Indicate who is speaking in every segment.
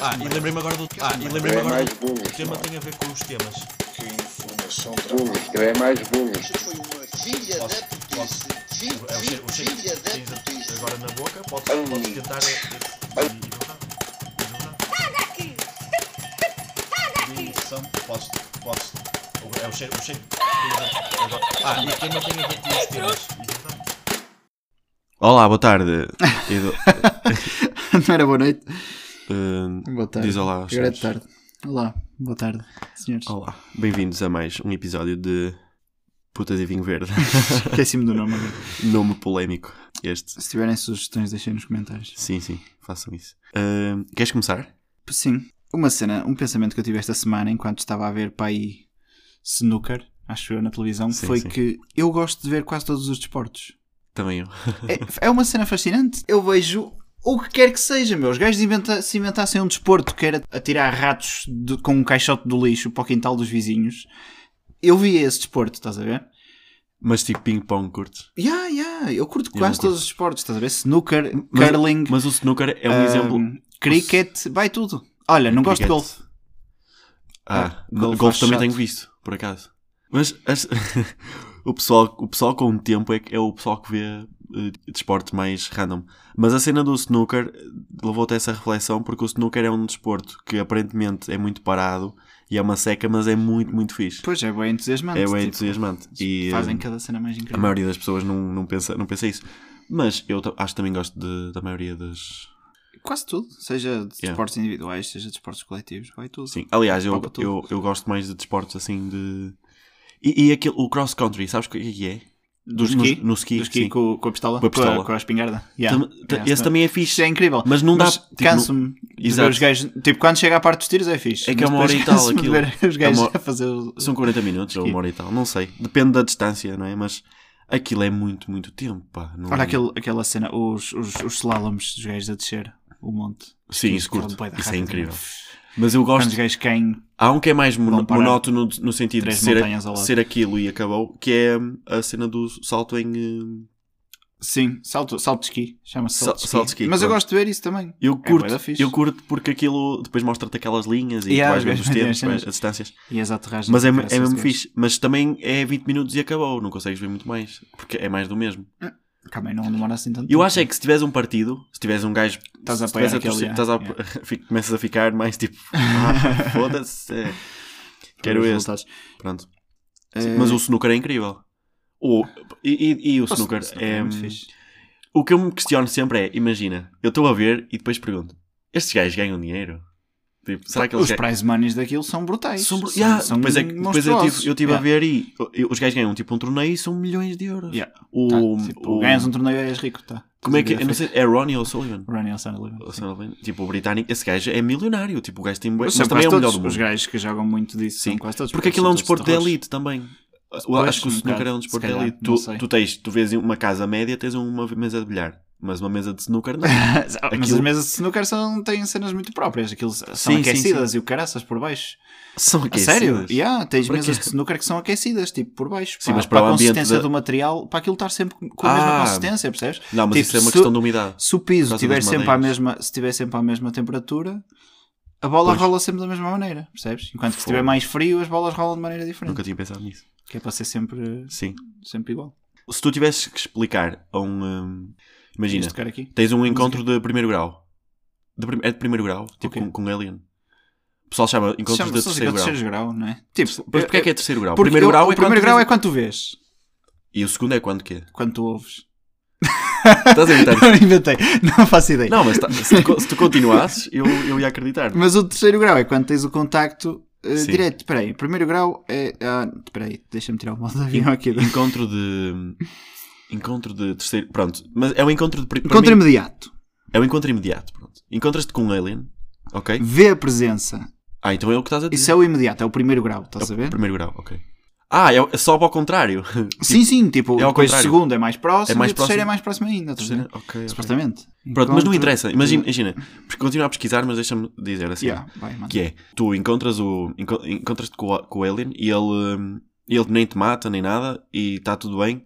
Speaker 1: Ah, e lembrei-me agora do. Ah, e
Speaker 2: Tu
Speaker 1: lembrei-me
Speaker 2: é
Speaker 1: agora
Speaker 2: mais
Speaker 1: do.
Speaker 2: burro.
Speaker 1: O tema tem a ver com os temas.
Speaker 3: Que informação
Speaker 2: Burro, tu é mais burro.
Speaker 3: Isso foi uma filha
Speaker 1: Posso-
Speaker 3: da putice. Fi-
Speaker 1: É o
Speaker 3: fi-
Speaker 1: cheiro, o cheiro
Speaker 3: filha
Speaker 1: que
Speaker 3: da
Speaker 1: tens a-
Speaker 3: putice.
Speaker 1: agora na boca, podes,
Speaker 2: Ai.
Speaker 1: podes tentar.
Speaker 2: É
Speaker 1: eh,
Speaker 2: um
Speaker 1: E, e, é e, e, e, são, podes, podes, o- é o cheiro, o cheiro que tens a- agora- Ah, e o tema tem a ver com os temas.
Speaker 4: Olá, boa tarde. Edu-
Speaker 5: Não era boa noite?
Speaker 4: eh,
Speaker 5: Boa tarde.
Speaker 4: Diz olá aos
Speaker 5: Agora é de
Speaker 4: senhores.
Speaker 5: tarde. Olá, boa tarde, senhores.
Speaker 4: olá, bem-vindos a mais um episódio de Puta de Vinho Verde.
Speaker 5: Esqueci-me do nome agora.
Speaker 4: Nome polémico este.
Speaker 5: Se tiverem sugestões, deixem nos comentários.
Speaker 4: Sim, sim, façam isso. Eh, queres começar?
Speaker 5: Sim, uma cena, um pensamento que eu tive esta semana enquanto estava a ver para aí snooker, acho eu, na televisão,
Speaker 4: Sim,
Speaker 5: foi
Speaker 4: sim.
Speaker 5: que eu gosto de ver quase todos os desportos.
Speaker 4: Também eu.
Speaker 5: É, é uma cena fascinante. Eu vejo o que quer que seja, meu. Os gajos inventa- se inventassem um desporto que era atirar ratos de- com um caixote do lixo para o quintal dos vizinhos. Eu via esse desporto, estás a ver?
Speaker 4: Mas tipo ping-pong curto.
Speaker 5: Ya, ya, eu curto
Speaker 4: não
Speaker 5: quase
Speaker 4: curto.
Speaker 5: todos os esportes, estás a ver? Snooker,
Speaker 4: Mas-
Speaker 5: curling,
Speaker 4: Mas o snooker é um
Speaker 5: ahm,
Speaker 4: exemplo.
Speaker 5: cricket, vai tudo. Olha, não gosto de
Speaker 4: Cricket.
Speaker 5: golfe.
Speaker 4: Ah,
Speaker 5: Ah,
Speaker 4: no-
Speaker 5: golfe
Speaker 4: golfe,
Speaker 5: acho
Speaker 4: também
Speaker 5: chato.
Speaker 4: tenho visto, por acaso. Mas as- o, pessoal, o pessoal com o tempo é, que- é o pessoal que vê eh, desporto mais random. Mas a cena do snooker eh, levou-te a essa reflexão porque o snooker é um desporto que aparentemente é muito parado e é uma seca, mas é muito, muito fixe.
Speaker 5: Pois é, bem entusiasmante.
Speaker 4: é
Speaker 5: tipo,
Speaker 4: bem entusiasmante. E,
Speaker 5: Fazem
Speaker 4: eh,
Speaker 5: cada cena mais
Speaker 4: a
Speaker 5: incrível.
Speaker 4: maioria das pessoas não, não, pensa, não pensa isso. Mas eu ta- acho que também gosto de- da maioria das,
Speaker 5: Quase tudo, seja de
Speaker 4: Ya.
Speaker 5: desportos individuais, seja de desportos coletivos, vai tudo.
Speaker 4: Sim, aliás, eu,
Speaker 5: Topa tudo.
Speaker 4: eu, eu gosto mais de desportos assim de. E, e aquele, o cross country, sabes o que é que é?
Speaker 5: Do
Speaker 4: no,
Speaker 5: ski?
Speaker 4: no ski,
Speaker 5: Do ski
Speaker 4: sim.
Speaker 5: com, com a pistola?
Speaker 4: Com a pistola.
Speaker 5: Com a, com a espingarda? Yeah.
Speaker 4: Tam- ta-
Speaker 5: Yeah,
Speaker 4: esse
Speaker 5: tá-
Speaker 4: também é fixe.
Speaker 5: Isto é incrível.
Speaker 4: Mas não dá- tipo, não-
Speaker 5: Canso-me de ver
Speaker 4: Exato.
Speaker 5: os gajos. Tipo, quando chega à parte dos tiros é fixe.
Speaker 4: É que é
Speaker 5: mas
Speaker 4: uma hora
Speaker 5: depois
Speaker 4: e tal
Speaker 5: canso-me de ver
Speaker 4: aquilo.
Speaker 5: os gajos
Speaker 4: É uma-
Speaker 5: a fazer o-
Speaker 4: São 40 minutos ou
Speaker 5: Ski.
Speaker 4: uma hora e tal, não sei. Depende da distância, não é? Mas aquilo é muito, muito tempo, pá. Não...
Speaker 5: Olha aquele, aquela cena, os, os, os slaloms dos gajos a descer o monte.
Speaker 4: Sim, isso
Speaker 5: Aquela
Speaker 4: curto.
Speaker 5: bué da
Speaker 4: Isso é
Speaker 5: rápida,
Speaker 4: incrível.
Speaker 5: não
Speaker 4: Mas eu
Speaker 5: Quando os
Speaker 4: gosto.
Speaker 5: gajos caem.
Speaker 4: Há um que é mais mono-
Speaker 5: Vão parar
Speaker 4: monótono no sentido de
Speaker 5: três
Speaker 4: ser,
Speaker 5: montanhas ao lado.
Speaker 4: ser aquilo e acabou, que é hum, a cena do salto em. hum,
Speaker 5: Sim, salto, salto de ski. Chama-se
Speaker 4: Sa-
Speaker 5: salto, de ski.
Speaker 4: salto de ski,
Speaker 5: Mas eu
Speaker 4: claro.
Speaker 5: gosto de ver isso também.
Speaker 4: Eu
Speaker 5: É bué
Speaker 4: curto,
Speaker 5: da fixe.
Speaker 4: eu curto porque aquilo depois mostra-te aquelas linhas e
Speaker 5: Yeah,
Speaker 4: tu
Speaker 5: os
Speaker 4: vais
Speaker 5: gajos
Speaker 4: vendo os tempos,
Speaker 5: metem as
Speaker 4: as distâncias.
Speaker 5: E as aterragens.
Speaker 4: Mas é, é
Speaker 5: que aparecem
Speaker 4: mesmo
Speaker 5: os gajos.
Speaker 4: fixe. Mas também é 20 minutos e acabou. Não consegues ver muito mais. Porque é mais do mesmo.
Speaker 5: Calma aí, não demora assim tanto.
Speaker 4: Eu
Speaker 5: tempo.
Speaker 4: acho é que se tiveres um partido, se tiveres um gajo.
Speaker 5: Estás a
Speaker 4: se tiveres
Speaker 5: apoiar
Speaker 4: torcer-
Speaker 5: aquele, é,
Speaker 4: estás a- fico- Começas a ficar mais tipo. ah, Foda-se. é. Quero
Speaker 5: Os
Speaker 4: este.
Speaker 5: resultados.
Speaker 4: Pronto. Sim, Mas o snooker é incrível. O, e, e- e o
Speaker 5: Posso-
Speaker 4: snooker é.
Speaker 5: muito fixe.
Speaker 4: o que eu me questiono sempre é: imagina, eu estou a ver e depois pergunto: estes gajos ganham dinheiro? Tipo, será que eles
Speaker 5: Os
Speaker 4: ganham?
Speaker 5: prize monies daquilo são brutais.
Speaker 4: São, bru-
Speaker 5: São-
Speaker 4: yeah,
Speaker 5: são
Speaker 4: depois, é que- depois eu
Speaker 5: monstruosos.
Speaker 4: estive eu tive
Speaker 5: Yeah.
Speaker 4: a ver e eu- os gajos ganham tipo um torneio e são milhões de euros.
Speaker 5: Yeah.
Speaker 4: O,
Speaker 5: Tá, tipo,
Speaker 4: o-
Speaker 5: Ganhas um torneio e és rico, tá?
Speaker 4: como é que eu não sei, é Ronnie ou Sullivan?
Speaker 5: Ronnie O'Sullivan.
Speaker 4: O Sullivan, Tipo, o britânico, esse gajo é milionário. Tipo, o gajo tem bué-
Speaker 5: Mas
Speaker 4: mas
Speaker 5: são
Speaker 4: também
Speaker 5: quase
Speaker 4: é o melhor
Speaker 5: todos
Speaker 4: do
Speaker 5: os
Speaker 4: mundo.
Speaker 5: gajos que jogam muito disso
Speaker 4: Sim.
Speaker 5: são quase todos.
Speaker 4: Porque aquilo é um
Speaker 5: são
Speaker 4: desporto
Speaker 5: todos
Speaker 4: de elite
Speaker 5: terroristas.
Speaker 4: também. Eu
Speaker 5: Pois,
Speaker 4: acho que o
Speaker 5: um
Speaker 4: snooker
Speaker 5: bocado,
Speaker 4: é um desporto
Speaker 5: se
Speaker 4: de
Speaker 5: calhar,
Speaker 4: elite.
Speaker 5: não
Speaker 4: Tu,
Speaker 5: sei.
Speaker 4: tu tens, tu vês uma casa média, tens uma mesa de bilhar, mas uma mesa de snooker não.
Speaker 5: Ah, Mas
Speaker 4: Aquilo-
Speaker 5: as mesas de snooker são, têm cenas muito próprias. Aquilo são
Speaker 4: Sim, sim,
Speaker 5: aquecidas e o caraças por baixo.
Speaker 4: São
Speaker 5: A
Speaker 4: aquecidas.
Speaker 5: sério? Yeah, tens
Speaker 4: Para
Speaker 5: mesas
Speaker 4: quê?
Speaker 5: de snooker que são aquecidas, tipo por baixo.
Speaker 4: Sim,
Speaker 5: pá,
Speaker 4: mas
Speaker 5: para,
Speaker 4: para o
Speaker 5: a
Speaker 4: ambiente
Speaker 5: consistência
Speaker 4: da-
Speaker 5: do material, para aquilo estar sempre com a
Speaker 4: Ah.
Speaker 5: mesma consistência, percebes?
Speaker 4: Não, mas
Speaker 5: Tipo,
Speaker 4: isso é uma
Speaker 5: se-
Speaker 4: questão de umidade.
Speaker 5: Se o
Speaker 4: Por
Speaker 5: piso
Speaker 4: causa
Speaker 5: estiver
Speaker 4: das
Speaker 5: sempre, à
Speaker 4: madeiras.
Speaker 5: mesma- se tiver sempre à mesma temperatura, a bola
Speaker 4: Pois.
Speaker 5: rola sempre da mesma maneira, percebes? Enquanto que se estiver
Speaker 4: Fogo.
Speaker 5: mais frio, as bolas rolam de maneira diferente.
Speaker 4: Nunca tinha pensado nisso.
Speaker 5: Que é para ser sempre,
Speaker 4: Sim.
Speaker 5: sempre igual.
Speaker 4: Se tu tivesses que explicar a um. hum, imagina,
Speaker 5: Tinhas de tocar aqui.
Speaker 4: tens um encontro de primeiro grau. De prim- É de primeiro grau, tipo
Speaker 5: Ok.
Speaker 4: com, com Alien. O pessoal chama encontros
Speaker 5: Chama-
Speaker 4: de
Speaker 5: são
Speaker 4: terceiro grau.
Speaker 5: terceiro grau, não é? Tipo,
Speaker 4: Mas porquê é que
Speaker 5: eu-
Speaker 4: é terceiro grau?
Speaker 5: porque
Speaker 4: primeiro
Speaker 5: eu-
Speaker 4: grau
Speaker 5: o
Speaker 4: é
Speaker 5: primeiro
Speaker 4: quando
Speaker 5: grau
Speaker 4: tu
Speaker 5: é quando tu vês,
Speaker 4: vês- E o segundo é quando quê?
Speaker 5: quando tu ouves.
Speaker 4: Estás a inventar?
Speaker 5: Não inventei, não faço ideia.
Speaker 4: Não, mas tá- se, tu, co- se tu continuasses, eu, eu ia acreditar.
Speaker 5: Mas o terceiro grau é quando tens o contacto eh,
Speaker 4: Sim.
Speaker 5: direto. Espera aí, primeiro grau é. Ah, espera aí, deixa-me tirar o modo de avião aqui.
Speaker 4: Encontro de. Encontro de terceiro. Pronto, mas é um encontro de. pri- para
Speaker 5: Encontro
Speaker 4: mim,
Speaker 5: imediato.
Speaker 4: É um encontro imediato. Pronto. Encontras-te com um alien, ok?
Speaker 5: Vê a presença.
Speaker 4: Ah, então é o que estás a dizer.
Speaker 5: Isso é o imediato, é o primeiro grau, estás a ver?
Speaker 4: Primeiro grau, ok. Ah, é, é só para o contrário.
Speaker 5: Sim, sim, tipo,
Speaker 4: é ao
Speaker 5: depois o
Speaker 4: contrário.
Speaker 5: segundo é mais próximo,
Speaker 4: É mais
Speaker 5: e o
Speaker 4: próximo.
Speaker 5: terceiro é mais próximo ainda, estás a ver?
Speaker 4: Ok, ok.
Speaker 5: supostamente.
Speaker 4: Pronto, mas não
Speaker 5: Encontro-
Speaker 4: interessa. Imagina, imagina. porque Continua a pesquisar, mas deixa-me dizer assim.
Speaker 5: Yeah, vai, mano.
Speaker 4: Que é, tu encontras o, enco- encontras-te com, o- com o alien e ele, hum, ele nem te mata nem nada e está tá tudo bem.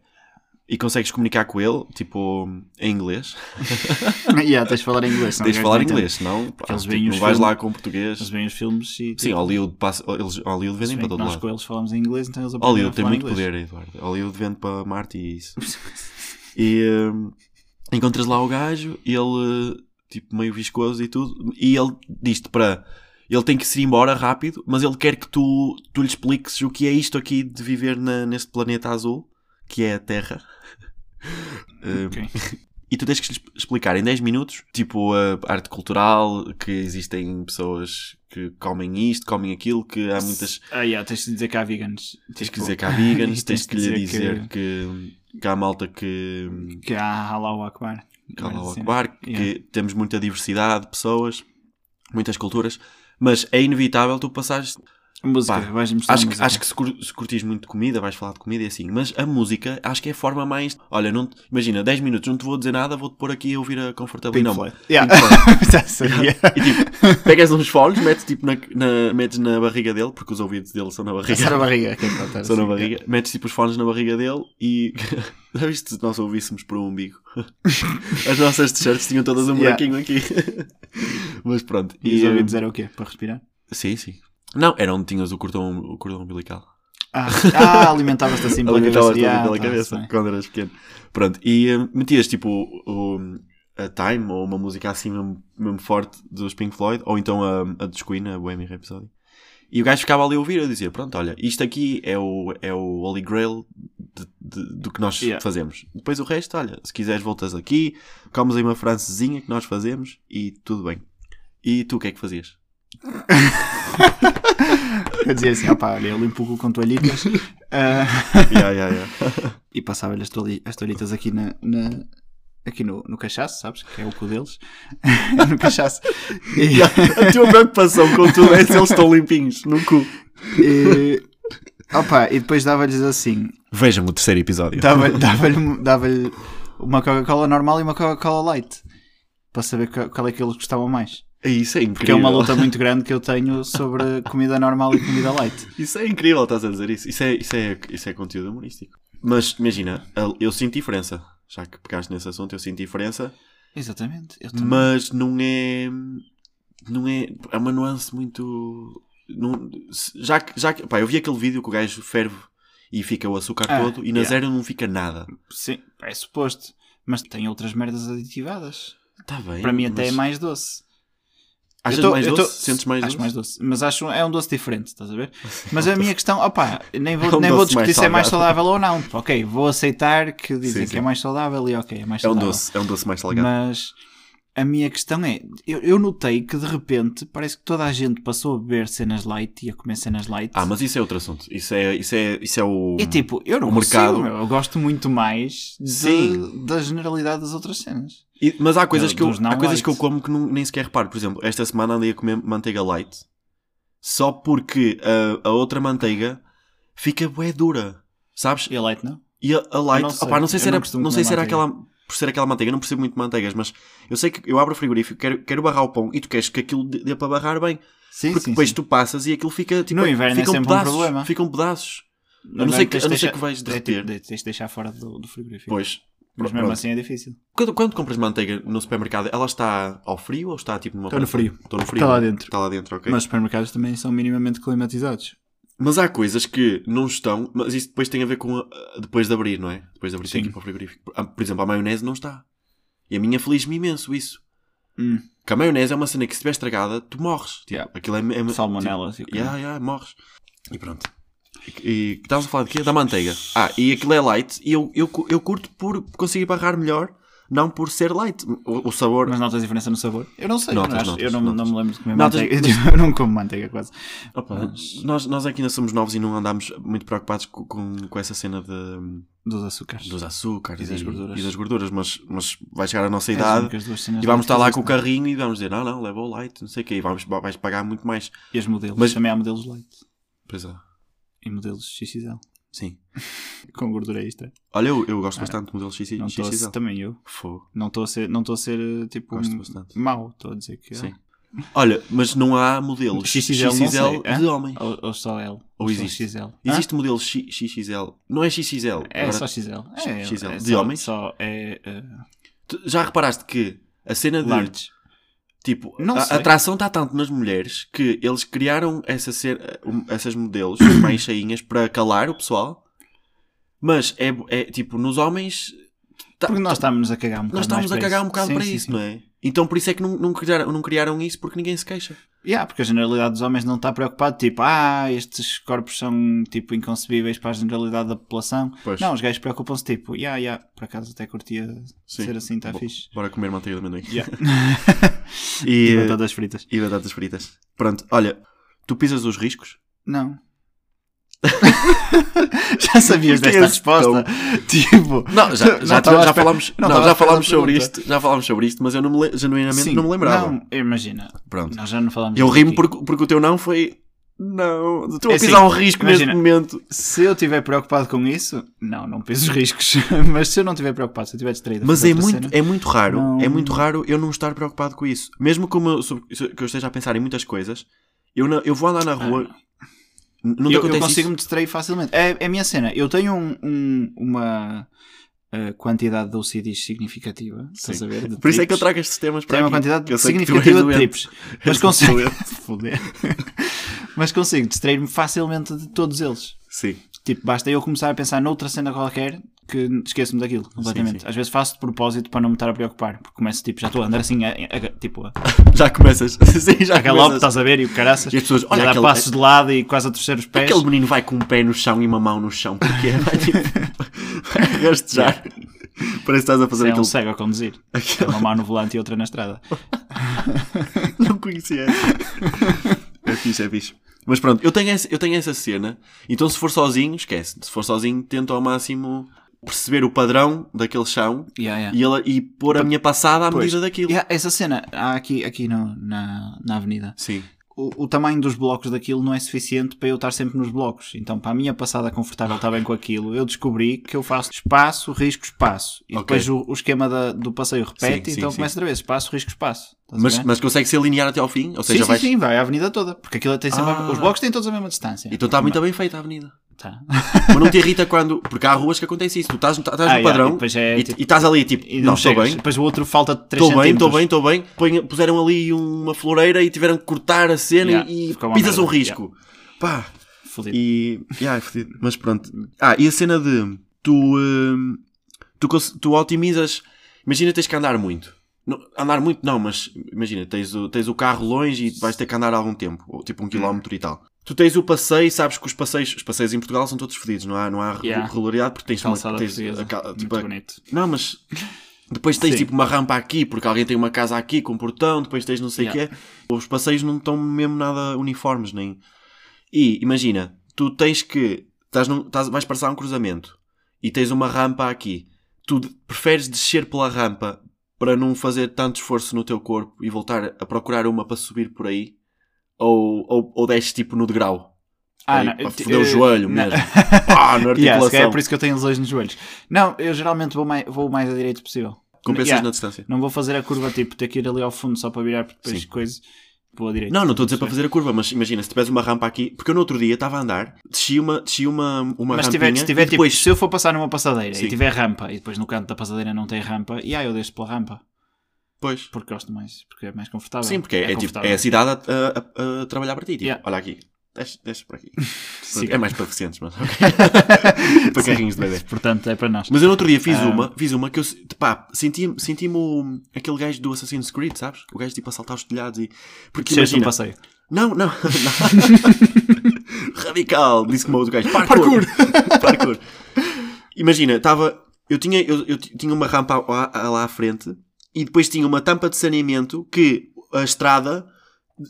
Speaker 4: e consegues comunicar com ele, tipo, em inglês.
Speaker 5: yeah, tens de falar em inglês. senão
Speaker 4: é. Tens de
Speaker 5: os gajos
Speaker 4: falar
Speaker 5: não entendem.
Speaker 4: inglês, não? Pá,
Speaker 5: eles
Speaker 4: tipo,
Speaker 5: veem os
Speaker 4: não vais
Speaker 5: filmes-
Speaker 4: lá com português.
Speaker 5: Eles veem os filmes e. tipo,
Speaker 4: Sim, Hollywood, passa, eles, Hollywood
Speaker 5: se
Speaker 4: vendem
Speaker 5: bem
Speaker 4: para
Speaker 5: que
Speaker 4: todo
Speaker 5: nós
Speaker 4: lado.
Speaker 5: com eles falamos em inglês, então eles aprendem
Speaker 4: Hollywood
Speaker 5: a
Speaker 4: tem
Speaker 5: falar
Speaker 4: muito
Speaker 5: inglês.
Speaker 4: poder, Eduardo. Hollywood vende para Marte e isso. e hum, encontras lá o gajo, ele, tipo, meio viscoso e tudo, e ele diz-te para. Ele tem que se ir embora rápido, mas ele quer que tu, tu lhe expliques o que é isto aqui de viver na, neste planeta azul, que é a Terra. Hum,
Speaker 5: Ok.
Speaker 4: e tu tens que lhes explicar em 10 minutos, tipo, a arte cultural, que existem pessoas que comem isto, comem aquilo, que há muitas.
Speaker 5: Ah, yeah, tens de dizer que há vegans.
Speaker 4: Tens que
Speaker 5: Tipo,
Speaker 4: dizer que há vegans,
Speaker 5: e
Speaker 4: tens que lhe dizer
Speaker 5: que-
Speaker 4: que, que há malta que.
Speaker 5: Que há Halau Akbar.
Speaker 4: que há lá o
Speaker 5: Assim,
Speaker 4: Akbar, que
Speaker 5: Yeah.
Speaker 4: temos muita diversidade de pessoas, muitas culturas, mas é inevitável tu passares.
Speaker 5: Música,
Speaker 4: Pá,
Speaker 5: vais mostrar.
Speaker 4: Acho que,
Speaker 5: música.
Speaker 4: acho que se, cur- se curtis muito de comida, vais falar de comida e assim, mas a música acho que é a forma mais. Olha, não te- imagina, 10 minutos, não te vou dizer nada, vou-te pôr aqui a ouvir a confortável.
Speaker 5: Pink
Speaker 4: não,
Speaker 5: Floyd.
Speaker 4: Pink
Speaker 5: Yeah.
Speaker 4: Floyd.
Speaker 5: Já sabia.
Speaker 4: E tipo, pegas uns fones, metes tipo na, na- metes na barriga dele, porque os ouvidos dele são na
Speaker 5: Só
Speaker 4: barriga.
Speaker 5: na barriga. que é para estar
Speaker 4: São na
Speaker 5: assim,
Speaker 4: barriga. Metes tipo os fones na barriga dele e. Já viste se nós ouvíssemos por um umbigo? As nossas t-shirts tinham todas um
Speaker 5: Yeah.
Speaker 4: buraquinho aqui. Mas pronto.
Speaker 5: E os
Speaker 4: hum,
Speaker 5: ouvidos eram o quê? Para respirar?
Speaker 4: Sim, sim. Não, era onde tinhas o cordão, o cordão umbilical.
Speaker 5: Ah, ah alimentavas-te assim pela
Speaker 4: Alimentavas
Speaker 5: cabeça.
Speaker 4: toda pela
Speaker 5: Ah, tá,
Speaker 4: cabeça
Speaker 5: bem.
Speaker 4: quando eras pequeno. Pronto, e hum, metias tipo o- o- a Time ou uma música assim mesmo, mesmo forte dos Pink Floyd, ou então a, a dos Queen, a Bohemian Rhapsody. E o gajo ficava ali a ouvir, eu dizia: Pronto, olha, isto aqui é o, é o Holy Grail de- de- do que nós
Speaker 5: Yeah.
Speaker 4: fazemos. Depois o resto, olha, se quiseres, voltas aqui, comes aí uma francesinha que nós fazemos e tudo bem. E tu o que é que fazias?
Speaker 5: Eu dizia assim: opá, olha, eu limpo o cu com toalhitas ah,
Speaker 4: yeah, yeah, yeah.
Speaker 5: e passava-lhe as, toali- as toalhitas aqui, na, na- aqui no, no cachaço, sabes? Que é o cu deles. no cachaço. E,
Speaker 4: A tua preocupação com tudo é se eles estão limpinhos no cu.
Speaker 5: e, opá, e depois dava-lhes assim:
Speaker 4: Vejam o terceiro episódio.
Speaker 5: dava-lhe dava-lhe- dava-lhe uma Coca-Cola normal e uma Coca-Cola light para saber qual qual é que eles gostavam mais.
Speaker 4: É Isso é incrível.
Speaker 5: Porque é uma luta muito grande que eu tenho sobre comida normal e comida light.
Speaker 4: Isso é incrível, estás a dizer isso. Isso é, isso é, isso é conteúdo humorístico. Mas imagina, a- eu sinto diferença. Já que pegaste nesse assunto, eu sinto diferença.
Speaker 5: Exatamente. Eu também.
Speaker 4: Mas não é. Não é. É uma nuance muito. não- se- já que. Já que pá, eu vi aquele vídeo que o gajo ferve e fica o açúcar
Speaker 5: Ah,
Speaker 4: todo e na
Speaker 5: yeah.
Speaker 4: zero não fica nada.
Speaker 5: Sim, é suposto. Mas tem outras merdas aditivadas.
Speaker 4: Está Tá bem.
Speaker 5: Para mim até
Speaker 4: mas
Speaker 5: é mais doce.
Speaker 4: Achas
Speaker 5: Eu tô-
Speaker 4: mais
Speaker 5: eu
Speaker 4: doce?
Speaker 5: tô-
Speaker 4: Sentes mais
Speaker 5: acho
Speaker 4: doce?
Speaker 5: mais doce. Mas acho é um doce diferente, estás a ver? Mas a minha questão, opá, nem vou,
Speaker 4: É um
Speaker 5: nem vou
Speaker 4: doce mais
Speaker 5: discutir se é mais
Speaker 4: salgado.
Speaker 5: saudável ou não. Ok, vou aceitar que dizem
Speaker 4: Sim, sim.
Speaker 5: que é mais saudável e ok, é mais
Speaker 4: É um
Speaker 5: saudável.
Speaker 4: doce, é um doce mais salgado.
Speaker 5: Mas a minha questão é: eu, eu notei que de repente parece que toda a gente passou a beber cenas light e a comer cenas light.
Speaker 4: Ah, mas isso é outro assunto. Isso é, isso é, isso é o.
Speaker 5: E tipo, eu não
Speaker 4: o
Speaker 5: consigo,
Speaker 4: mercado-
Speaker 5: meu, eu gosto muito mais de-
Speaker 4: Sim.
Speaker 5: da generalidade das outras cenas.
Speaker 4: E- mas há coisas,
Speaker 5: Do-
Speaker 4: que eu,
Speaker 5: dos não
Speaker 4: há coisas
Speaker 5: light.
Speaker 4: que eu como que não- nem sequer reparo. Por exemplo, esta semana andei a comer manteiga light só porque ah, a, outra manteiga fica bué dura, sabes?
Speaker 5: E a light não?
Speaker 4: E a, a light,
Speaker 5: Eu não
Speaker 4: opá, não
Speaker 5: sei.
Speaker 4: sei, se,
Speaker 5: Eu não
Speaker 4: era,
Speaker 5: costumo
Speaker 4: não sei
Speaker 5: comer
Speaker 4: se era
Speaker 5: manteiga.
Speaker 4: aquela, por ser aquela manteiga, eu não percebo muito de manteigas, mas eu sei que eu abro o frigorífico, quero, quero barrar o pão e tu queres que aquilo dê dê para barrar bem,
Speaker 5: Sim,
Speaker 4: porque depois tu passas e aquilo fica tipo,
Speaker 5: No inverno é
Speaker 4: ficam
Speaker 5: sempre um
Speaker 4: pedaços,
Speaker 5: problema.
Speaker 4: ficam pedaços.
Speaker 5: No
Speaker 4: a não ser
Speaker 5: inverno
Speaker 4: que-
Speaker 5: tens
Speaker 4: a
Speaker 5: de
Speaker 4: não ser
Speaker 5: deixar-
Speaker 4: que vais
Speaker 5: tens de-
Speaker 4: derreter.
Speaker 5: Tens de deixar fora do, do frigorífico.
Speaker 4: Pois.
Speaker 5: Mas mesmo
Speaker 4: Pronto.
Speaker 5: assim é difícil.
Speaker 4: Quando, quando compras manteiga no supermercado, ela está ao frio ou está tipo numa
Speaker 5: Está no
Speaker 4: panela?
Speaker 5: frio.
Speaker 4: Está no frio.
Speaker 5: Está lá dentro.
Speaker 4: Está Tá lá dentro, ok.
Speaker 5: Mas os supermercados também são minimamente climatizados.
Speaker 4: Mas há coisas que não estão, mas isso depois tem a ver com a- depois de abrir, não é? Depois de abrir tem
Speaker 5: Sim.
Speaker 4: que ir para o frigorífico. Ah, Por exemplo, a maionese não está. E a minha feliz-me imenso isso.
Speaker 5: Hum.
Speaker 4: Que a maionese é uma cena que se estiver estragada, tu morres. Tipo,
Speaker 5: Yeah.
Speaker 4: Aquilo é, é
Speaker 5: Salmonelas e o
Speaker 4: Tipo,
Speaker 5: caralho.
Speaker 4: yeah, yeah, morres. E pronto. E que estavas a falar de quê? Da manteiga. Ah, e aquilo é light e eu, eu, cu- eu curto por conseguir barrar melhor, não por ser light. O, o sabor.
Speaker 5: Mas notas diferença no sabor? Eu não sei.
Speaker 4: Notas,
Speaker 5: não acho-
Speaker 4: notas,
Speaker 5: eu não,
Speaker 4: notas.
Speaker 5: não me lembro de comer
Speaker 4: Notas,
Speaker 5: manteiga. Eu não como manteiga quase.
Speaker 4: Opa, nós, nós aqui ainda somos novos e não andamos muito preocupados co- com, com, essa cena de,
Speaker 5: Dos açúcares. É
Speaker 4: dos açúcares
Speaker 5: E das gorduras.
Speaker 4: e das gorduras, mas, mas vai chegar a nossa
Speaker 5: É as
Speaker 4: idade
Speaker 5: únicas duas cenas
Speaker 4: e vamos
Speaker 5: light
Speaker 4: estar
Speaker 5: que
Speaker 4: lá com o
Speaker 5: existem.
Speaker 4: carrinho e vamos dizer: não, não, leva o light, não sei o quê, e vamos, vais pagar muito mais.
Speaker 5: E os modelos.
Speaker 4: Mas-
Speaker 5: Também há modelos light.
Speaker 4: Pois é,
Speaker 5: E modelos XXL.
Speaker 4: sim.
Speaker 5: Com gordura extra.
Speaker 4: Olha, eu, eu gosto bastante do modelo XXL.
Speaker 5: É. Não estou a ser, também eu.
Speaker 4: Fogo.
Speaker 5: Não estou a ser, não estou a ser tipo
Speaker 4: Gosto
Speaker 5: um,
Speaker 4: bastante.
Speaker 5: mau. Estou a dizer que. é.
Speaker 4: Sim. Olha, mas não há modelos
Speaker 5: XXL, não sei, é? hã?
Speaker 4: de homens.
Speaker 5: Ou, ou só L?
Speaker 4: Ou existe?
Speaker 5: Só XL.
Speaker 4: Existe modelo X- XXL. Não é XXL.
Speaker 5: Hã? É
Speaker 4: Agora,
Speaker 5: só XL. É,
Speaker 4: XL.
Speaker 5: é
Speaker 4: De
Speaker 5: só,
Speaker 4: homens?
Speaker 5: Só é eh,
Speaker 4: tu já reparaste que a cena de.
Speaker 5: large.
Speaker 4: Tipo,
Speaker 5: Não
Speaker 4: a, a
Speaker 5: sei.
Speaker 4: atração está tanto nas mulheres que eles criaram essa ser, um, essas modelos mais cheinhas para calar o pessoal. Mas é, é, tipo, nos homens. tá-
Speaker 5: Porque nós estávamos a cagar um bocado
Speaker 4: nós estávamos a
Speaker 5: mais para
Speaker 4: cagar
Speaker 5: isso.
Speaker 4: um bocado
Speaker 5: Sim,
Speaker 4: para
Speaker 5: sim,
Speaker 4: isso,
Speaker 5: sim.
Speaker 4: não é? Então por isso é que não, não criaram, não criaram isso porque ninguém se queixa.
Speaker 5: Yeah, porque a generalidade dos homens não está preocupada, tipo, ah, estes corpos são tipo inconcebíveis para a generalidade da população.
Speaker 4: Pois.
Speaker 5: Não, os gajos preocupam-se, tipo, yeah, yeah, por acaso até curtia
Speaker 4: Sim.
Speaker 5: ser assim, está
Speaker 4: Bo-
Speaker 5: fixe.
Speaker 4: Bora comer manteiga de amendoim.
Speaker 5: Yeah.
Speaker 4: e,
Speaker 5: E
Speaker 4: eh,
Speaker 5: batatas fritas.
Speaker 4: e batatas fritas. Pronto, olha, tu pisas os riscos?
Speaker 5: Não. já sabias
Speaker 4: Porque
Speaker 5: desta
Speaker 4: esse
Speaker 5: resposta. Tipo,
Speaker 4: Não, já,
Speaker 5: Não
Speaker 4: já,
Speaker 5: estava à
Speaker 4: já
Speaker 5: espera-
Speaker 4: falámos, não,
Speaker 5: não estava à
Speaker 4: já
Speaker 5: espera
Speaker 4: falámos
Speaker 5: da
Speaker 4: sobre
Speaker 5: pergunta.
Speaker 4: isto, já falámos sobre isto, mas eu não me, le- genuinamente
Speaker 5: sim,
Speaker 4: não me lembrava.
Speaker 5: Não, imagina.
Speaker 4: Pronto.
Speaker 5: Nós já não falámos.
Speaker 4: Eu
Speaker 5: disso
Speaker 4: rimo
Speaker 5: aqui.
Speaker 4: porque, porque o teu não foi. Não, estou a
Speaker 5: É assim,
Speaker 4: pisar um risco
Speaker 5: imagina.
Speaker 4: neste momento.
Speaker 5: Se eu estiver preocupado com isso, não, não peso os riscos. Mas se eu não estiver preocupado, se eu estiver distraído. a
Speaker 4: Mas
Speaker 5: fazer
Speaker 4: é
Speaker 5: outra
Speaker 4: muito,
Speaker 5: cena-
Speaker 4: é muito raro,
Speaker 5: Não.
Speaker 4: é muito raro eu não estar preocupado com isso. Mesmo que, o meu- sobre- que eu esteja a pensar em muitas coisas, eu, não- eu vou andar na rua. Não te
Speaker 5: Ah. eu, eu
Speaker 4: acontece
Speaker 5: consigo
Speaker 4: isso?
Speaker 5: me distrair facilmente. É, é a minha cena. Eu tenho um- um- uma eh, quantidade de OCDs significativa. Estás
Speaker 4: Sim.
Speaker 5: a ver? De
Speaker 4: Por isso é que eu
Speaker 5: trips.
Speaker 4: trago estes temas para
Speaker 5: Tenho uma
Speaker 4: aqui.
Speaker 5: quantidade
Speaker 4: Eu sei que tu
Speaker 5: significativa
Speaker 4: és
Speaker 5: de
Speaker 4: doente.
Speaker 5: trips. Mas
Speaker 4: Eu sei que tu
Speaker 5: consigo.
Speaker 4: és-
Speaker 5: Foder. Mas consigo distrair-me facilmente de todos eles.
Speaker 4: Sim,
Speaker 5: Tipo, basta eu começar a pensar noutra cena qualquer que esqueço-me daquilo completamente.
Speaker 4: sim.
Speaker 5: Às vezes faço de propósito para não me estar a preocupar, porque começo tipo, já estou a andar assim, a, a- tipo, a,
Speaker 4: já começas. Sim, já
Speaker 5: a galope,
Speaker 4: começas.
Speaker 5: estás a ver, e o caraças,
Speaker 4: E as pessoas, olha
Speaker 5: a dar
Speaker 4: aquele-
Speaker 5: passos de lado e quase a torcer os pés.
Speaker 4: Aquele menino vai com um pé no chão e uma mão no chão, porque é, vai tipo. vai rastejar. Parece que estás a fazer
Speaker 5: É um
Speaker 4: aquilo.
Speaker 5: cego a conduzir. É Uma mão no volante e outra na estrada.
Speaker 4: Não conhecia. é fixe, é fixe. Mas pronto, eu tenho, essa, eu tenho essa cena. Então, se for sozinho, esquece. Se for sozinho, tento ao máximo perceber o padrão daquele chão
Speaker 5: Yeah, yeah.
Speaker 4: e, ela, e pôr a minha passada à
Speaker 5: Pois.
Speaker 4: medida daquilo.
Speaker 5: Yeah, essa cena, há aqui, aqui no- na, na avenida,
Speaker 4: Sim.
Speaker 5: o, o tamanho dos blocos daquilo não é suficiente para eu estar sempre nos blocos. Então, para a minha passada confortável estar bem com aquilo, eu descobri que eu faço espaço, risco, espaço. E
Speaker 4: Ok.
Speaker 5: depois o, o esquema da- do passeio repete,
Speaker 4: Sim, sim,
Speaker 5: então
Speaker 4: sim.
Speaker 5: começa outra vez: espaço, risco, espaço. Estás a
Speaker 4: Mas,
Speaker 5: ver?
Speaker 4: mas consegue ser linear até ao fim? Ou seja,
Speaker 5: sim,
Speaker 4: vais.
Speaker 5: sim, sim, vai a avenida toda. Porque aquilo tem sempre.
Speaker 4: Ah.
Speaker 5: Os blocos têm todos a mesma distância.
Speaker 4: Então está muito bem feita a avenida.
Speaker 5: Tá.
Speaker 4: Mas não te irrita quando. Porque há ruas que acontece isso. Tu estás, no- estás
Speaker 5: Ah,
Speaker 4: no
Speaker 5: yeah, e
Speaker 4: padrão
Speaker 5: depois é
Speaker 4: e,
Speaker 5: tipo-
Speaker 4: e estás ali tipo.
Speaker 5: E
Speaker 4: não,
Speaker 5: não
Speaker 4: estou
Speaker 5: chegas.
Speaker 4: bem.
Speaker 5: Depois o outro falta 3
Speaker 4: Estou bem, estou
Speaker 5: centímetros.
Speaker 4: bem, estou bem. Põe- puseram ali uma floreira e tiveram que cortar a cena
Speaker 5: Yeah,
Speaker 4: e
Speaker 5: ficou uma
Speaker 4: pisas um
Speaker 5: merda,
Speaker 4: risco. Pá,
Speaker 5: Fodido.
Speaker 4: E. Yeah, é fodido. Mas pronto. Ah, e a cena de. Tu. hum, tu, cons- tu otimizas. Imagina tens que andar muito. Não- andar muito não, mas imagina, tens o, tens o carro longe e vais ter que andar algum tempo, ou tipo
Speaker 5: Hum.
Speaker 4: um quilómetro e tal. Tu tens o passeio, sabes que os passeios, os passeios em Portugal são todos fodidos, não há, não há
Speaker 5: Yeah.
Speaker 4: regularidade porque tens
Speaker 5: Calçada
Speaker 4: uma. Tens,
Speaker 5: portuguesa.
Speaker 4: a ca-
Speaker 5: Muito
Speaker 4: tipo, a-
Speaker 5: bonito.
Speaker 4: não, mas depois tens
Speaker 5: Sim.
Speaker 4: tipo uma rampa aqui, porque alguém tem uma casa aqui com um portão, depois tens não sei o quê. Os passeios não estão mesmo nada uniformes, nem. E imagina, tu tens que. Estás num, estás- vais passar um cruzamento e tens uma rampa aqui. Tu de- preferes descer pela rampa para não fazer tanto esforço no teu corpo e voltar a procurar uma para subir por aí? Ou, ou, ou desces tipo no degrau? Aí,
Speaker 5: não,
Speaker 4: para
Speaker 5: t-
Speaker 4: foder o
Speaker 5: eh,
Speaker 4: joelho
Speaker 5: não.
Speaker 4: mesmo. Pá, na articulação.
Speaker 5: Yeah, se calhar é por isso que eu tenho lesões nos joelhos. Não, eu geralmente vou mais, vou o mais à direita possível.
Speaker 4: Compensas
Speaker 5: Yeah.
Speaker 4: na distância.
Speaker 5: Não vou fazer a curva tipo ter que ir ali ao fundo só para virar porque depois
Speaker 4: Sim.
Speaker 5: coisa. Vou à direita.
Speaker 4: Não, não estou a dizer para fazer a curva, mas imagina, se tiveres uma rampa aqui, porque eu no outro dia estava a andar, desci uma, desci uma, uma
Speaker 5: Mas se
Speaker 4: rampinha
Speaker 5: tiver, se tiver
Speaker 4: e depois,
Speaker 5: tipo, se eu for passar numa passadeira
Speaker 4: Sim.
Speaker 5: e tiver rampa e depois no canto da passadeira não tem rampa, e ah, eu deixo pela rampa
Speaker 4: depois.
Speaker 5: porque gosto mais, porque é mais confortável.
Speaker 4: Sim, porque é, tipo,
Speaker 5: confortável.
Speaker 4: é a cidade a, a- a- a trabalhar para ti, tipo,
Speaker 5: Yeah.
Speaker 4: olha aqui, desce, desce por aqui.
Speaker 5: Sim.
Speaker 4: É mais para deficientes, mas ok. para carrinhos de bebê.
Speaker 5: Portanto, é para nós.
Speaker 4: Mas eu no outro dia fiz
Speaker 5: Ah.
Speaker 4: uma, fiz uma que eu, se- pá, senti-me senti aquele gajo do Assassin's Creed, sabes? O gajo tipo a saltar os telhados e... Porque
Speaker 5: Desceste um
Speaker 4: imagina...
Speaker 5: passeio.
Speaker 4: Não, não, não. Radical, disse como o outro gajo. Parkour! Parkour. Imagina, estava. Eu tinha, eu, eu ti- tinha uma rampa lá, lá à frente e depois tinha uma tampa de saneamento que a estrada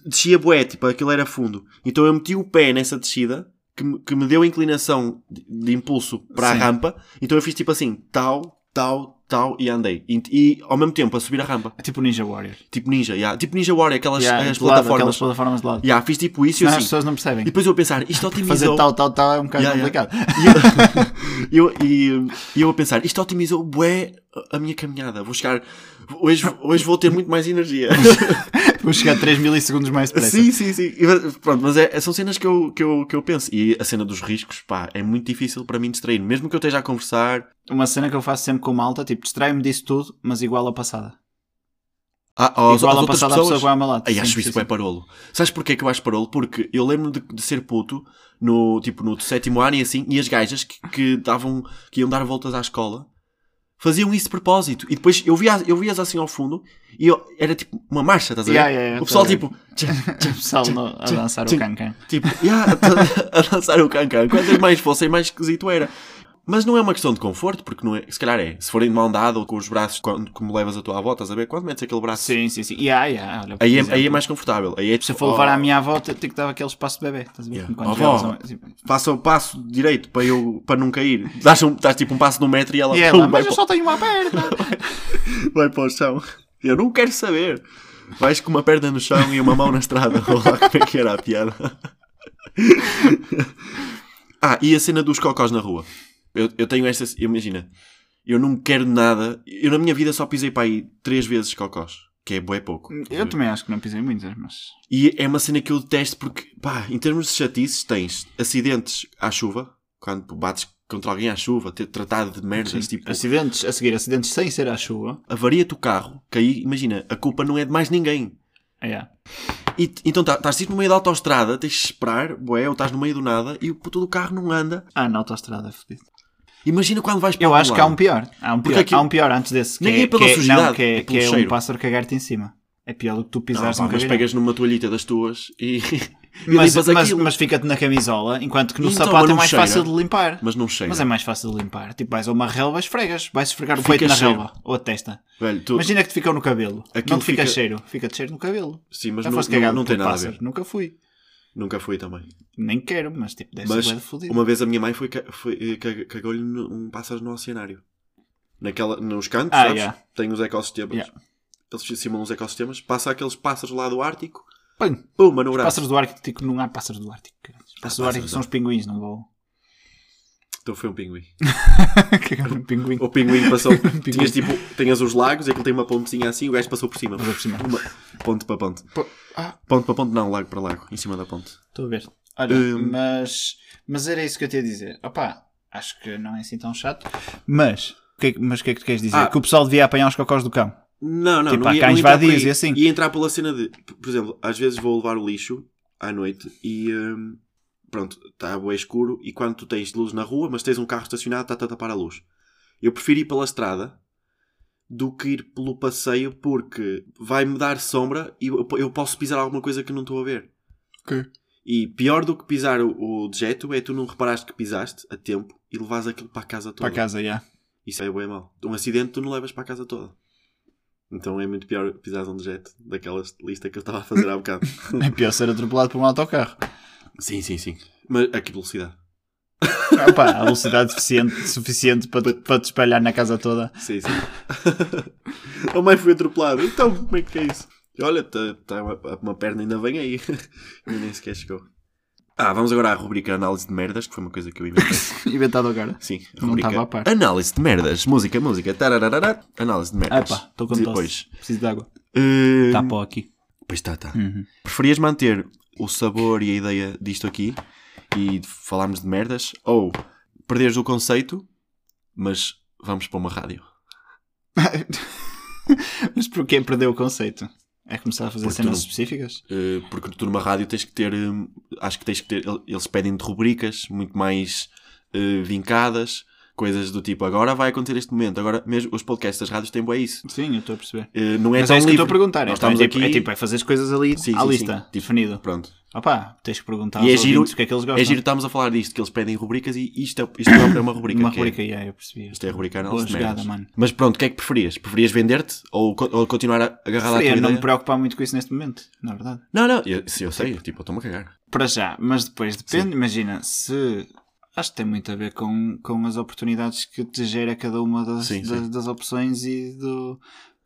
Speaker 4: descia bué, tipo, aquilo era fundo. Então eu meti o pé nessa descida que me, que me deu a inclinação de, de impulso para
Speaker 5: Sim.
Speaker 4: a rampa. Então eu fiz tipo assim, tal, tal, tal e andei. E, e ao mesmo tempo a subir a rampa.
Speaker 5: É tipo Ninja Warrior.
Speaker 4: Tipo ninja, yeah. tipo ninja warrior, aquelas
Speaker 5: Yeah,
Speaker 4: as
Speaker 5: de lado,
Speaker 4: plataformas.
Speaker 5: Aquelas plataformas de lado.
Speaker 4: Yeah, fiz tipo isso e eu
Speaker 5: Senão as
Speaker 4: assim.
Speaker 5: pessoas não percebem.
Speaker 4: E depois eu a pensar, isto
Speaker 5: Fazer
Speaker 4: otimizou.
Speaker 5: tal, tal, tal é um bocado
Speaker 4: Yeah, yeah.
Speaker 5: complicado.
Speaker 4: E eu, e, e eu a pensar, isto otimizou bué a minha caminhada. Vou chegar. Hoje, hoje vou ter muito mais energia.
Speaker 5: Vou chegar a 3 milissegundos mais depressa.
Speaker 4: Sim, sim, sim. E, mas, Pronto, mas é- são cenas que eu, que, eu, que eu penso. E a cena dos riscos, pá, é muito difícil para mim distrair. Mesmo que eu esteja a conversar.
Speaker 5: Uma cena que eu faço sempre com malta, tipo, distrai-me disso tudo, mas igual a passada.
Speaker 4: Ah, aos,
Speaker 5: igual
Speaker 4: às
Speaker 5: a
Speaker 4: outras
Speaker 5: passada a pessoa
Speaker 4: pessoas.
Speaker 5: que vai malata.
Speaker 4: Ai, acho isso bem parolo. Sabes porquê que eu acho parolo? Porque eu lembro de, de ser puto, no, tipo, no sétimo ano e assim, e as gajas que, que davam, que iam dar voltas à escola, faziam isso de propósito. E depois eu via, eu via assim ao fundo, e eu- era tipo uma marcha, estás a ver?
Speaker 5: Yeah, yeah, tá yeah,
Speaker 4: o pessoal
Speaker 5: tô a ver.
Speaker 4: tipo, tchá,
Speaker 5: O pessoal no- a dançar o
Speaker 4: tchim.
Speaker 5: cancan.
Speaker 4: Tipo, yeah, a, a dançar o cancan. Quantas mais fossem, mais esquisito era. Mas não é uma questão de conforto, porque não é. Se calhar é. Se forem de mão dada ou com os braços, quando, como levas a tua avó, estás a ver? Quando metes aquele braço.
Speaker 5: Sim, sim, sim. Yeah, yeah, olha, por
Speaker 4: Aí é,
Speaker 5: exemplo,
Speaker 4: aí é mais confortável. Aí é,
Speaker 5: Se eu for levar à minha avó, te- tenho que dar aquele espaço de bebê. Estás a ver?
Speaker 4: Yeah.
Speaker 5: Enquanto
Speaker 4: Avó.
Speaker 5: elas- assim,
Speaker 4: Passa o passo direito para, eu, para não cair. Dás, um, dás tipo um passo de um metro e ela,
Speaker 5: E ela,
Speaker 4: vai,
Speaker 5: mas eu
Speaker 4: para,
Speaker 5: só tenho uma perna.
Speaker 4: vai para o chão. Eu não quero saber. Vais com uma perna no chão e uma mão na estrada. Ou lá como é que era a piada. ah, e a cena dos cocós na rua. Eu, eu tenho esta. Imagina, eu não quero nada. Eu na minha vida só pisei para aí três vezes cocós. Que é bué pouco.
Speaker 5: eu também acho que não pisei muitas, mas.
Speaker 4: E é uma cena que eu detesto porque, pá, em termos de chatices, tens acidentes à chuva, quando bates contra alguém à chuva, ter tratado de merdas, tipo,
Speaker 5: Acidentes, a seguir, acidentes sem ser à chuva.
Speaker 4: avaria-te o carro, que aí, imagina, a culpa não é de mais ninguém.
Speaker 5: Yeah.
Speaker 4: E, então tá- estás tipo no meio da autostrada, tens de esperar, bué, ou estás no meio do nada e o puto do carro não anda.
Speaker 5: Ah, na autostrada, é fodido.
Speaker 4: Imagina quando vais para
Speaker 5: Eu
Speaker 4: algum
Speaker 5: acho que há
Speaker 4: lado.
Speaker 5: um pior. Há um
Speaker 4: Porque
Speaker 5: pior,
Speaker 4: aquilo-
Speaker 5: há um pior antes desse. Que
Speaker 4: Nem
Speaker 5: é,
Speaker 4: é pela
Speaker 5: que é,
Speaker 4: sujidade,
Speaker 5: não, que é,
Speaker 4: é
Speaker 5: que
Speaker 4: pelo
Speaker 5: é um
Speaker 4: cheiro.
Speaker 5: pássaro cagar-te em cima. É pior do que tu
Speaker 4: Ah,
Speaker 5: pisares
Speaker 4: pá,
Speaker 5: um
Speaker 4: mas
Speaker 5: cagalhão.
Speaker 4: pegas numa toalhita das tuas e, e
Speaker 5: mas,
Speaker 4: limpas
Speaker 5: mas,
Speaker 4: aquilo.
Speaker 5: mas fica-te na camisola, enquanto que no
Speaker 4: Então, mas
Speaker 5: sapato é
Speaker 4: não
Speaker 5: mais
Speaker 4: cheira.
Speaker 5: fácil de limpar.
Speaker 4: Mas não cheira.
Speaker 5: Mas é mais fácil de limpar. Tipo, vais a uma relva, esfregas. Vais esfregar o
Speaker 4: Fica
Speaker 5: peito na
Speaker 4: cheiro.
Speaker 5: relva. Ou a testa.
Speaker 4: Velho, tu-
Speaker 5: Imagina que te ficou no cabelo.
Speaker 4: Aquilo
Speaker 5: não te fica,
Speaker 4: fica-
Speaker 5: cheiro. Fica-te cheiro no cabelo.
Speaker 4: Sim, mas
Speaker 5: Já
Speaker 4: não,
Speaker 5: foste
Speaker 4: não,
Speaker 5: cagado
Speaker 4: não
Speaker 5: por
Speaker 4: tem nada a
Speaker 5: pássaro.
Speaker 4: ver.
Speaker 5: Nunca fui.
Speaker 4: Nunca fui também.
Speaker 5: Nem quero, mas tipo, deve
Speaker 4: Mas
Speaker 5: ser bué de fodido.
Speaker 4: uma vez a minha mãe foi, ca- foi, eh, ca- cagou-lhe no- um pássaro no oceanário. Naquela, nos cantos,
Speaker 5: Ah,
Speaker 4: sabes?
Speaker 5: yeah.
Speaker 4: Tem os ecossistemas.
Speaker 5: Yeah.
Speaker 4: Eles simulam os ecossistemas. Passa aqueles pássaros lá do Ártico.
Speaker 5: Pum.
Speaker 4: Pumba no braço.
Speaker 5: Pássaros do Ártico, tipo, não há pássaros do Ártico. caralho. Os pássaros do
Speaker 4: Tá. pássaros
Speaker 5: Ártico
Speaker 4: do
Speaker 5: são os pinguins, não vou.
Speaker 4: Então foi um pinguim.
Speaker 5: Cagar um pinguim.
Speaker 4: O pinguim passou.
Speaker 5: Um Pinguim.
Speaker 4: Tinhas tipo, tinhas os lagos, aquilo tem uma pontezinha assim, o gajo passou por cima.
Speaker 5: Passou por cima.
Speaker 4: Uma- ponte para ponte.
Speaker 5: Ah.
Speaker 4: Ponte para ponte, não, lago para lago, em cima da ponte.
Speaker 5: Estou a ver. Olha,
Speaker 4: Hum.
Speaker 5: mas, mas era isso que eu te ia dizer. Opá, acho que não é assim tão chato. Mas, o que é que- mas o que é que tu queres dizer?
Speaker 4: Ah.
Speaker 5: Que o pessoal devia apanhar os cocós do cão.
Speaker 4: Não, não,
Speaker 5: Tipo,
Speaker 4: não
Speaker 5: há
Speaker 4: ia,
Speaker 5: cães
Speaker 4: não ia entrar por
Speaker 5: vadios
Speaker 4: aí.
Speaker 5: e assim.
Speaker 4: Ia entrar pela cena de, por exemplo, às vezes vou levar o lixo à noite e hum, pronto, está bem escuro e quando tu tens luz na rua, mas tens um carro estacionado, está-te a tapar a luz. Eu prefiro ir pela estrada do que ir pelo passeio porque vai-me dar sombra e eu, eu posso pisar alguma coisa que não estou a ver.
Speaker 5: Ok.
Speaker 4: E pior do que pisar o, o dejeto é tu não reparaste que pisaste a tempo e levas aquilo para a casa toda.
Speaker 5: Para casa, já.
Speaker 4: Isso é bem mal. Um acidente tu não levas para a casa toda. Então é muito pior pisar um jet daquela lista que eu estava a fazer há bocado.
Speaker 5: É pior ser atropelado por um autocarro.
Speaker 4: sim, sim, sim. Mas a que velocidade?
Speaker 5: Opá, Ah, a velocidade suficiente, suficiente para, te- para te espalhar na casa toda.
Speaker 4: Sim, sim. a mãe foi atropelada. Então, como é que é isso? E Olha, tá, tá uma, uma perna ainda vem aí. Ainda nem sequer chegou. Ah, vamos agora à rubrica análise de merdas, que foi uma coisa que eu inventei.
Speaker 5: Inventado agora.
Speaker 4: Sim, a
Speaker 5: Não
Speaker 4: rubrica
Speaker 5: estava a par.
Speaker 4: Análise de merdas. Música, música. Tarararara. Análise de merdas.
Speaker 5: Epá, estou Ah, com
Speaker 4: Depois.
Speaker 5: tosse. Tá. Preciso de água.
Speaker 4: hum,
Speaker 5: Está pó aqui.
Speaker 4: Pois está, está.
Speaker 5: Uhum.
Speaker 4: Preferias manter o sabor e a ideia disto aqui e falarmos de merdas ou perderes o conceito, mas vamos para uma rádio?
Speaker 5: Mas porquê perdeu o conceito? É começar a fazer
Speaker 4: Porque
Speaker 5: cenas
Speaker 4: tu-
Speaker 5: específicas?
Speaker 4: Eh, porque tu numa rádio tens que ter, hum, acho que tens que ter, el- eles pedem-te rubricas muito mais eh, vincadas, coisas do tipo agora vai acontecer este momento, agora mesmo os podcasts das rádios têm bué isso.
Speaker 5: Sim, eu estou a perceber.
Speaker 4: Eh, não é
Speaker 5: Mas
Speaker 4: tão
Speaker 5: é isso que eu estou a
Speaker 4: livre.
Speaker 5: perguntar.
Speaker 4: Nós
Speaker 5: Então, é,
Speaker 4: estamos
Speaker 5: tipo,
Speaker 4: aqui-
Speaker 5: é tipo, é fazer as coisas ali
Speaker 4: Sim,
Speaker 5: à
Speaker 4: sim,
Speaker 5: lista,
Speaker 4: sim. Tipo,
Speaker 5: definido.
Speaker 4: Pronto.
Speaker 5: Opá, tens que perguntar
Speaker 4: E
Speaker 5: aos
Speaker 4: é giro-
Speaker 5: ouvintes o que é que eles gostam.
Speaker 4: É giro estarmos a falar disto, que eles pedem rubricas e isto é, isto é uma rubrica.
Speaker 5: Uma
Speaker 4: que é-
Speaker 5: rubrica, yeah, eu percebi.
Speaker 4: Isto é a rubrica
Speaker 5: Boa
Speaker 4: análise de
Speaker 5: jogada,
Speaker 4: merdas.
Speaker 5: mano.
Speaker 4: Mas pronto, o que é que preferias? Preferias vender-te ou, co- ou continuar a- agarrado à tua
Speaker 5: Preferia
Speaker 4: ideia?
Speaker 5: não me
Speaker 4: Não,
Speaker 5: preocupar muito com isso neste momento, na verdade.
Speaker 4: não, eu, se eu sei, tipo, eu estou-me a cagar.
Speaker 5: Para já, mas depois depende, imagina, se... Acho que tem muito a ver com, com as oportunidades que te gera cada uma das,
Speaker 4: Sim,
Speaker 5: das, das opções e do,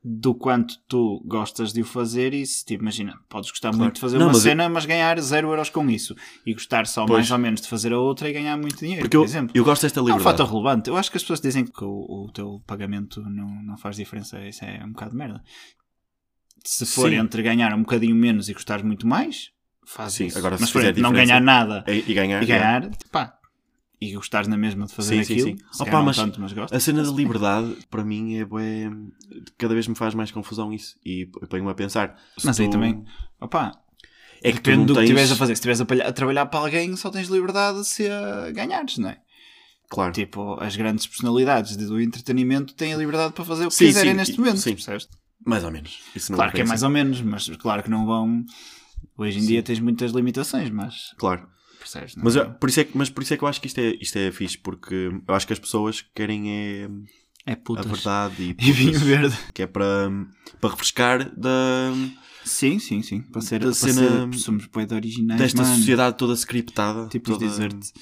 Speaker 5: do quanto tu gostas de o fazer e se, tipo, imagina, podes gostar muito de fazer
Speaker 4: Não,
Speaker 5: uma
Speaker 4: mas eu-
Speaker 5: cena, mas ganhar zero euros com isso. E gostar só
Speaker 4: Pois.
Speaker 5: mais ou menos de fazer a outra e ganhar muito dinheiro,
Speaker 4: Porque
Speaker 5: É, por
Speaker 4: eu,
Speaker 5: exemplo.
Speaker 4: eu gosto desta
Speaker 5: É um
Speaker 4: liberdade.
Speaker 5: fator relevante. Eu acho que as pessoas dizem que o, o teu pagamento não, não faz diferença. Isso é um bocado de merda. Se for
Speaker 4: Sim.
Speaker 5: entre ganhar um bocadinho menos e custar muito mais, faz
Speaker 4: Sim,
Speaker 5: isso.
Speaker 4: agora se
Speaker 5: Mas por
Speaker 4: fizer
Speaker 5: exemplo, não
Speaker 4: diferença-
Speaker 5: ganhar nada
Speaker 4: É, E, e ganhar.
Speaker 5: e ganhar, pá, e gostares na mesma de fazer
Speaker 4: Sim, sim,
Speaker 5: aquilo.
Speaker 4: sim.
Speaker 5: se
Speaker 4: Opa,
Speaker 5: calhar não
Speaker 4: mas-
Speaker 5: tanto, mas gosto.
Speaker 4: A cena da liberdade, para mim, é bué... Cada vez me faz mais confusão isso. E eu ponho-me a pensar. se
Speaker 5: Mas aí
Speaker 4: tu-
Speaker 5: também, opá,
Speaker 4: É que tu
Speaker 5: depende
Speaker 4: não
Speaker 5: do que
Speaker 4: tens...
Speaker 5: estiveres a fazer. Se estiveres a, palha- a trabalhar para alguém, só tens liberdade se a ganhares, não é?
Speaker 4: Claro.
Speaker 5: Tipo, as grandes personalidades do entretenimento têm a liberdade para fazer o que
Speaker 4: Sim,
Speaker 5: quiserem
Speaker 4: sim,
Speaker 5: neste
Speaker 4: e-
Speaker 5: momento,
Speaker 4: sim.
Speaker 5: percebes?
Speaker 4: Mais ou menos. Isso não assim.
Speaker 5: Claro que é
Speaker 4: penso.
Speaker 5: mais ou menos, mas claro que não vão. Hoje em dia tens muitas limitações, mas
Speaker 4: Claro.
Speaker 5: percebes? não é?
Speaker 4: Mas, eu- por isso é, que- mas por isso é que eu acho que isto é, isto é fixe, porque eu acho que as pessoas querem é
Speaker 5: é
Speaker 4: a
Speaker 5: putas.
Speaker 4: verdade e,
Speaker 5: E vinho
Speaker 4: putas,
Speaker 5: verde.
Speaker 4: que é para, para refrescar da,
Speaker 5: Sim, sim, sim. Para ser,
Speaker 4: Da
Speaker 5: para
Speaker 4: cena-
Speaker 5: ser somos poetas originais.
Speaker 4: desta
Speaker 5: É, mano.
Speaker 4: sociedade toda scriptada.
Speaker 5: Tipo,
Speaker 4: toda,
Speaker 5: dizer-te.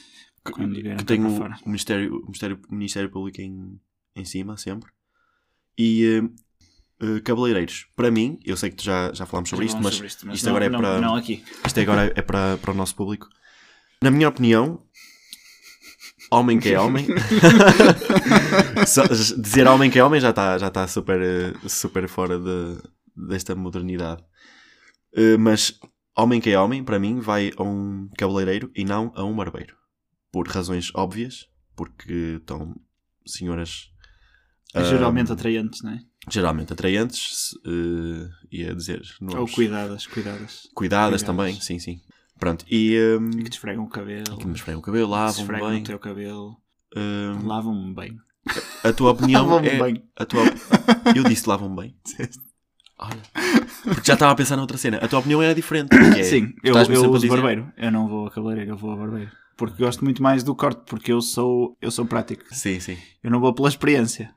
Speaker 4: que,
Speaker 5: quando irem
Speaker 4: que
Speaker 5: para
Speaker 4: tem o,
Speaker 5: fora.
Speaker 4: o Ministério, o, Ministério, o Ministério Público em, em cima, sempre. E eh, eh, cabeleireiros, para mim, eu sei que tu já, já falámos sobre
Speaker 5: Já
Speaker 4: isto,
Speaker 5: falamos
Speaker 4: mas,
Speaker 5: sobre isto, mas
Speaker 4: isto
Speaker 5: não-
Speaker 4: agora é
Speaker 5: não-
Speaker 4: para.
Speaker 5: Não aqui.
Speaker 4: Isto agora é para, para o nosso público. Na minha opinião, homem que é homem. Só- dizer homem que é homem já está já tá super, eh, super fora de, desta modernidade. Eh, Mas homem que é homem, para mim, vai a um cabeleireiro e não a um barbeiro. Por razões óbvias, porque estão senhoras
Speaker 5: É
Speaker 4: ah,
Speaker 5: Geralmente atraentes, não é?
Speaker 4: geralmente atraentes, eh, ia dizer,
Speaker 5: Ou
Speaker 4: nomes.
Speaker 5: cuidadas, cuidadas.
Speaker 4: cuidadas
Speaker 5: Cuidadas.
Speaker 4: também, sim, sim. Pronto, e hum,
Speaker 5: Que te esfregam o cabelo.
Speaker 4: que me esfregam o cabelo,
Speaker 5: se
Speaker 4: lavam
Speaker 5: esfregam
Speaker 4: bem.
Speaker 5: o teu cabelo.
Speaker 4: hum,
Speaker 5: Lavam-me bem.
Speaker 4: a tua opinião
Speaker 5: Lavam-me
Speaker 4: é.
Speaker 5: bem.
Speaker 4: A tua, eu disse lavam bem. Olha. Porque já estava a pensar noutra cena. A tua opinião era diferente. que é,
Speaker 5: Sim,
Speaker 4: tu
Speaker 5: eu,
Speaker 4: estás-me
Speaker 5: eu
Speaker 4: sempre a
Speaker 5: uso
Speaker 4: dizer-
Speaker 5: barbeiro. Eu não vou a cabeleireiro, eu vou a barbeiro. Porque gosto muito mais do corte, porque eu sou, eu sou prático.
Speaker 4: Sim, sim.
Speaker 5: Eu não vou pela experiência.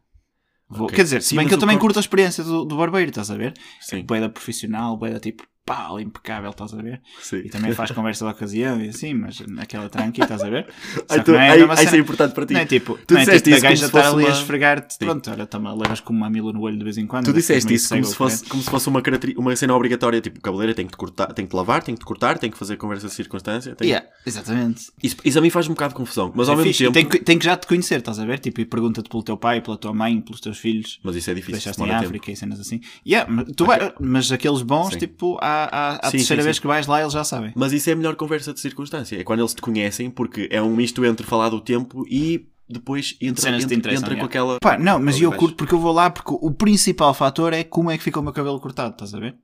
Speaker 5: Vou-
Speaker 4: Ok.
Speaker 5: Quer dizer,
Speaker 4: Sim,
Speaker 5: se bem
Speaker 4: mas
Speaker 5: que eu
Speaker 4: o
Speaker 5: também
Speaker 4: corte-
Speaker 5: curto a experiência do, do barbeiro, estás a ver?
Speaker 4: Sim,
Speaker 5: Boeda profissional, boeda tipo pau, impecável, estás a ver?
Speaker 4: sim.
Speaker 5: E também é- faz conversa de ocasião e assim, mas naquela tranqui, estás a ver? Só
Speaker 4: Ai,
Speaker 5: que
Speaker 4: tu,
Speaker 5: não é a
Speaker 4: ai,
Speaker 5: mesma
Speaker 4: ai, isso é
Speaker 5: cena.
Speaker 4: importante para ti.
Speaker 5: Não é tipo,
Speaker 4: Tu
Speaker 5: não é
Speaker 4: disseste
Speaker 5: tipo
Speaker 4: isso como
Speaker 5: da gaja
Speaker 4: se
Speaker 5: estar
Speaker 4: fosse
Speaker 5: ali a
Speaker 4: uma-
Speaker 5: esfregar-te.
Speaker 4: Sim.
Speaker 5: Pronto, olha, toma, levas com uma mamilo no olho de vez em quando.
Speaker 4: Tu
Speaker 5: depois
Speaker 4: disseste
Speaker 5: meio
Speaker 4: isso como
Speaker 5: cego
Speaker 4: se,
Speaker 5: ao
Speaker 4: fosse, como se fosse uma, caracteri- uma cena obrigatória. Tipo, o cabeleireiro tem que te cortar, tem que te lavar, tem que te cortar, tem que fazer conversa de circunstância. tem-
Speaker 5: Yeah, exatamente.
Speaker 4: Isso, isso a mim faz um bocado de confusão. Mas ao
Speaker 5: É
Speaker 4: mesmo
Speaker 5: fixe, e
Speaker 4: tempo.
Speaker 5: Tem que, tem que já te conhecer, estás a ver? Tipo, e pergunta-te pelo teu pai, pela tua mãe, pelos teus filhos.
Speaker 4: Mas isso é difícil.
Speaker 5: deixaste em
Speaker 4: demora tempo.
Speaker 5: África e cenas assim. Yeah, mas, tu vai- mas aqueles bons,
Speaker 4: Sim.
Speaker 5: tipo, à, à, à
Speaker 4: Sim,
Speaker 5: terceira
Speaker 4: sim,
Speaker 5: vez
Speaker 4: sim.
Speaker 5: que vais lá, eles já sabem.
Speaker 4: Mas isso é a melhor conversa de circunstância. É quando eles te conhecem, porque é um misto entre falar do tempo e depois entra,
Speaker 5: Cenas que te
Speaker 4: entra,
Speaker 5: interessam,
Speaker 4: entra
Speaker 5: é.
Speaker 4: com aquela.
Speaker 5: Pá, não, mas eu
Speaker 4: Talvez.
Speaker 5: curto porque eu vou lá porque o principal fator é como é que fica o meu cabelo cortado, estás a ver?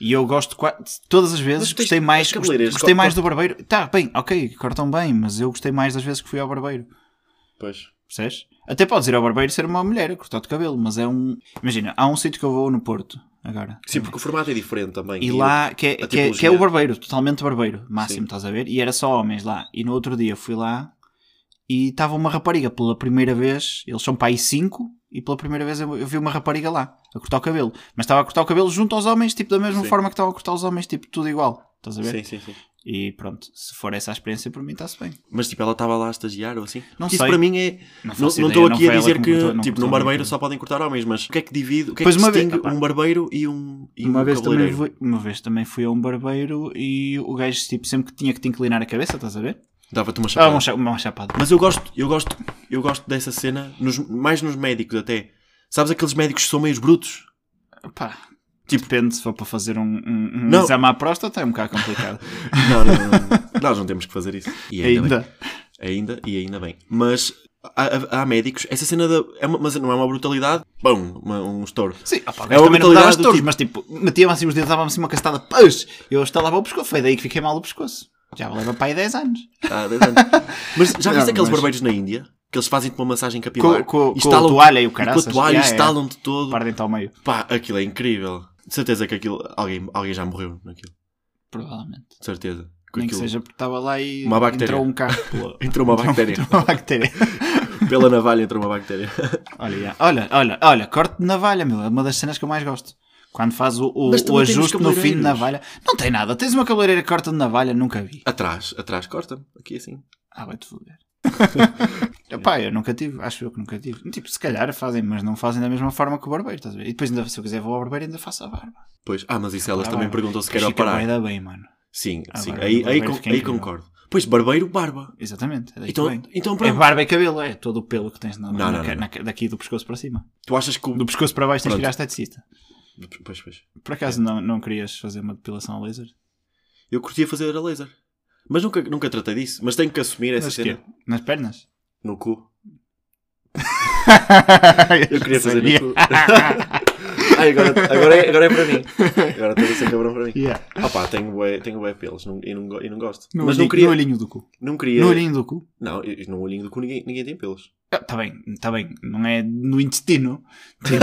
Speaker 5: E eu gosto qua- todas as vezes,
Speaker 4: Mas tens-
Speaker 5: gostei mais,
Speaker 4: as cabeleireiras
Speaker 5: gostei
Speaker 4: co-
Speaker 5: mais do barbeiro. Tá, bem, ok, cortam bem, mas eu gostei mais das vezes que fui ao barbeiro,
Speaker 4: Pois.
Speaker 5: percebes? Até podes ir ao barbeiro e ser uma mulher a cortar o cabelo, mas é um. Imagina, há um sítio que eu vou no Porto, agora.
Speaker 4: Sim, porque o formato é diferente também.
Speaker 5: E lá, que é,
Speaker 4: a
Speaker 5: que, é,
Speaker 4: tipologia.
Speaker 5: que é o barbeiro, totalmente barbeiro, máximo,
Speaker 4: Sim.
Speaker 5: estás a ver? E era só homens lá. E no outro dia fui lá e estava uma rapariga pela primeira vez, eles são para aí cinco, e pela primeira vez eu, eu vi uma rapariga lá, a cortar o cabelo. Mas estava a cortar o cabelo junto aos homens, tipo da mesma
Speaker 4: Sim.
Speaker 5: forma que estavam a cortar os homens, tipo tudo igual, estás a ver?
Speaker 4: Sim, sim, sim.
Speaker 5: E pronto, se for essa a experiência, para mim está-se bem.
Speaker 4: Mas tipo, ela estava lá a estagiar ou assim?
Speaker 5: Não
Speaker 4: Porque
Speaker 5: sei.
Speaker 4: Isso para mim é.
Speaker 5: Não
Speaker 4: Não
Speaker 5: faço
Speaker 4: não
Speaker 5: ideia,
Speaker 4: estou
Speaker 5: não
Speaker 4: aqui a
Speaker 5: foi ela
Speaker 4: dizer
Speaker 5: que
Speaker 4: que,
Speaker 5: me cortou- não
Speaker 4: tipo,
Speaker 5: cortou
Speaker 4: num
Speaker 5: a minha
Speaker 4: barbeiro
Speaker 5: cabeça.
Speaker 4: só podem cortar homens, mas o que é que divide? O que é
Speaker 5: Pois
Speaker 4: que
Speaker 5: uma vez-
Speaker 4: distingue
Speaker 5: opá.
Speaker 4: um barbeiro e um, e
Speaker 5: uma
Speaker 4: um
Speaker 5: vez, também
Speaker 4: cabeleireiro?
Speaker 5: fui, uma vez também fui a um barbeiro e o gajo tipo, sempre que tinha que te inclinar a cabeça, estás a ver?
Speaker 4: Dava-te uma
Speaker 5: Ah,
Speaker 4: chapada.
Speaker 5: uma cha- uma chapada.
Speaker 4: Mas eu gosto, eu gosto, eu gosto dessa cena, nos- mais nos médicos até. Sabes aqueles médicos que são meios brutos?
Speaker 5: Pá,
Speaker 4: Tipo-
Speaker 5: depende se for para fazer um, um, um
Speaker 4: Não.
Speaker 5: exame à próstata é um bocado complicado.
Speaker 4: Não, não, não, não. Nós não temos que fazer isso. E ainda,
Speaker 5: Ainda.
Speaker 4: Bem. ainda e ainda bem. Mas há, há- há médicos, essa cena da. É uma, mas não é uma brutalidade? Bom, uma- um estouro.
Speaker 5: Sim, opa,
Speaker 4: É
Speaker 5: é
Speaker 4: uma
Speaker 5: também não me dava
Speaker 4: mentalidade
Speaker 5: as
Speaker 4: do
Speaker 5: touros,
Speaker 4: tipo-
Speaker 5: mas tipo, metia-me assim os dedos, dava-me assim uma castada, pás, eu estalava o pescoço, foi daí que fiquei mal o pescoço. Já leva para aí 10 anos.
Speaker 4: Há 10 anos. Mas já
Speaker 5: Não,
Speaker 4: viste aqueles
Speaker 5: mas-
Speaker 4: barbeiros na Índia? Que eles fazem-te uma massagem
Speaker 5: Com,
Speaker 4: capilar.
Speaker 5: com,
Speaker 4: e
Speaker 5: com a
Speaker 4: estalam-te-
Speaker 5: toalha e o
Speaker 4: e com
Speaker 5: caraças.
Speaker 4: a toalha
Speaker 5: Yeah, yeah.
Speaker 4: estalam-te todo.
Speaker 5: Pardem-te ao meio,
Speaker 4: Pá, aquilo é incrível. De certeza que aquilo. Alguém, alguém já morreu naquilo.
Speaker 5: provavelmente.
Speaker 4: De certeza. Que
Speaker 5: Nem que
Speaker 4: aquilo-
Speaker 5: seja porque estava lá e
Speaker 4: Uma bactéria.
Speaker 5: entrou um carro pela...
Speaker 4: Entrou uma bactéria.
Speaker 5: Entrou uma bactéria.
Speaker 4: Pela navalha entrou uma bactéria.
Speaker 5: Olha, yeah. olha, olha, olha, corte de navalha, meu, é uma das cenas que eu mais gosto. Quando faz o, o-
Speaker 4: Mas
Speaker 5: o
Speaker 4: também tem nos
Speaker 5: ajuste no fim de
Speaker 4: cabeleireiros.
Speaker 5: navalha. Não tem nada, tens uma cabeleireira que corta de navalha, nunca vi.
Speaker 4: Atrás, atrás, corta-me. Aqui assim.
Speaker 5: Ah, vai-te foder. Epá, eu nunca tive, acho eu que nunca tive. Tipo, se calhar fazem, mas não fazem da mesma forma que o barbeiro, estás a ver? E depois, ainda, se eu quiser, vou ao barbeiro e ainda faço a barba.
Speaker 4: Pois. Ah, mas isso elas
Speaker 5: Ah,
Speaker 4: também
Speaker 5: bem.
Speaker 4: perguntam se quer
Speaker 5: Fica
Speaker 4: operar.
Speaker 5: bué da bem, mano.
Speaker 4: Sim,
Speaker 5: Ah,
Speaker 4: sim.
Speaker 5: barba
Speaker 4: Aí,
Speaker 5: do
Speaker 4: aí,
Speaker 5: barbeiro é
Speaker 4: con-
Speaker 5: fica
Speaker 4: aí
Speaker 5: incrível.
Speaker 4: concordo. Pois, barbeiro, barba.
Speaker 5: Exatamente. É daí
Speaker 4: Então,
Speaker 5: que vem.
Speaker 4: então
Speaker 5: É
Speaker 4: pronto.
Speaker 5: barba e cabelo, é todo o pelo que tens na,
Speaker 4: Não,
Speaker 5: na-
Speaker 4: não, não,
Speaker 5: na- daqui do pescoço para cima.
Speaker 4: Tu achas que o-
Speaker 5: Do pescoço para baixo tens que
Speaker 4: Pronto. É.
Speaker 5: ir à esteticista.
Speaker 4: Pois, pois.
Speaker 5: Por acaso não, não querias fazer uma depilação a laser?
Speaker 4: Eu curtia fazer a laser. Mas nunca, nunca tratei disso. Mas tenho que assumir essa
Speaker 5: Mas
Speaker 4: cena.
Speaker 5: quê? é. Nas pernas?
Speaker 4: No cu. Eu queria fazer
Speaker 5: Sabia.
Speaker 4: no cu. Ai, agora, agora, é, agora é para mim. Agora estou a ser cabrão para mim.
Speaker 5: Yeah.
Speaker 4: Opá, tenho bué, tenho bué pelos não- e não, go- e não gosto.
Speaker 5: No,
Speaker 4: mas
Speaker 5: olhinho,
Speaker 4: não queria.
Speaker 5: no olhinho do cu.
Speaker 4: Não queria.
Speaker 5: No olhinho do cu?
Speaker 4: Não, eu- no olhinho do cu ninguém, ninguém tem pelos.
Speaker 5: Está bem, está bem. Não é no intestino. Tipo,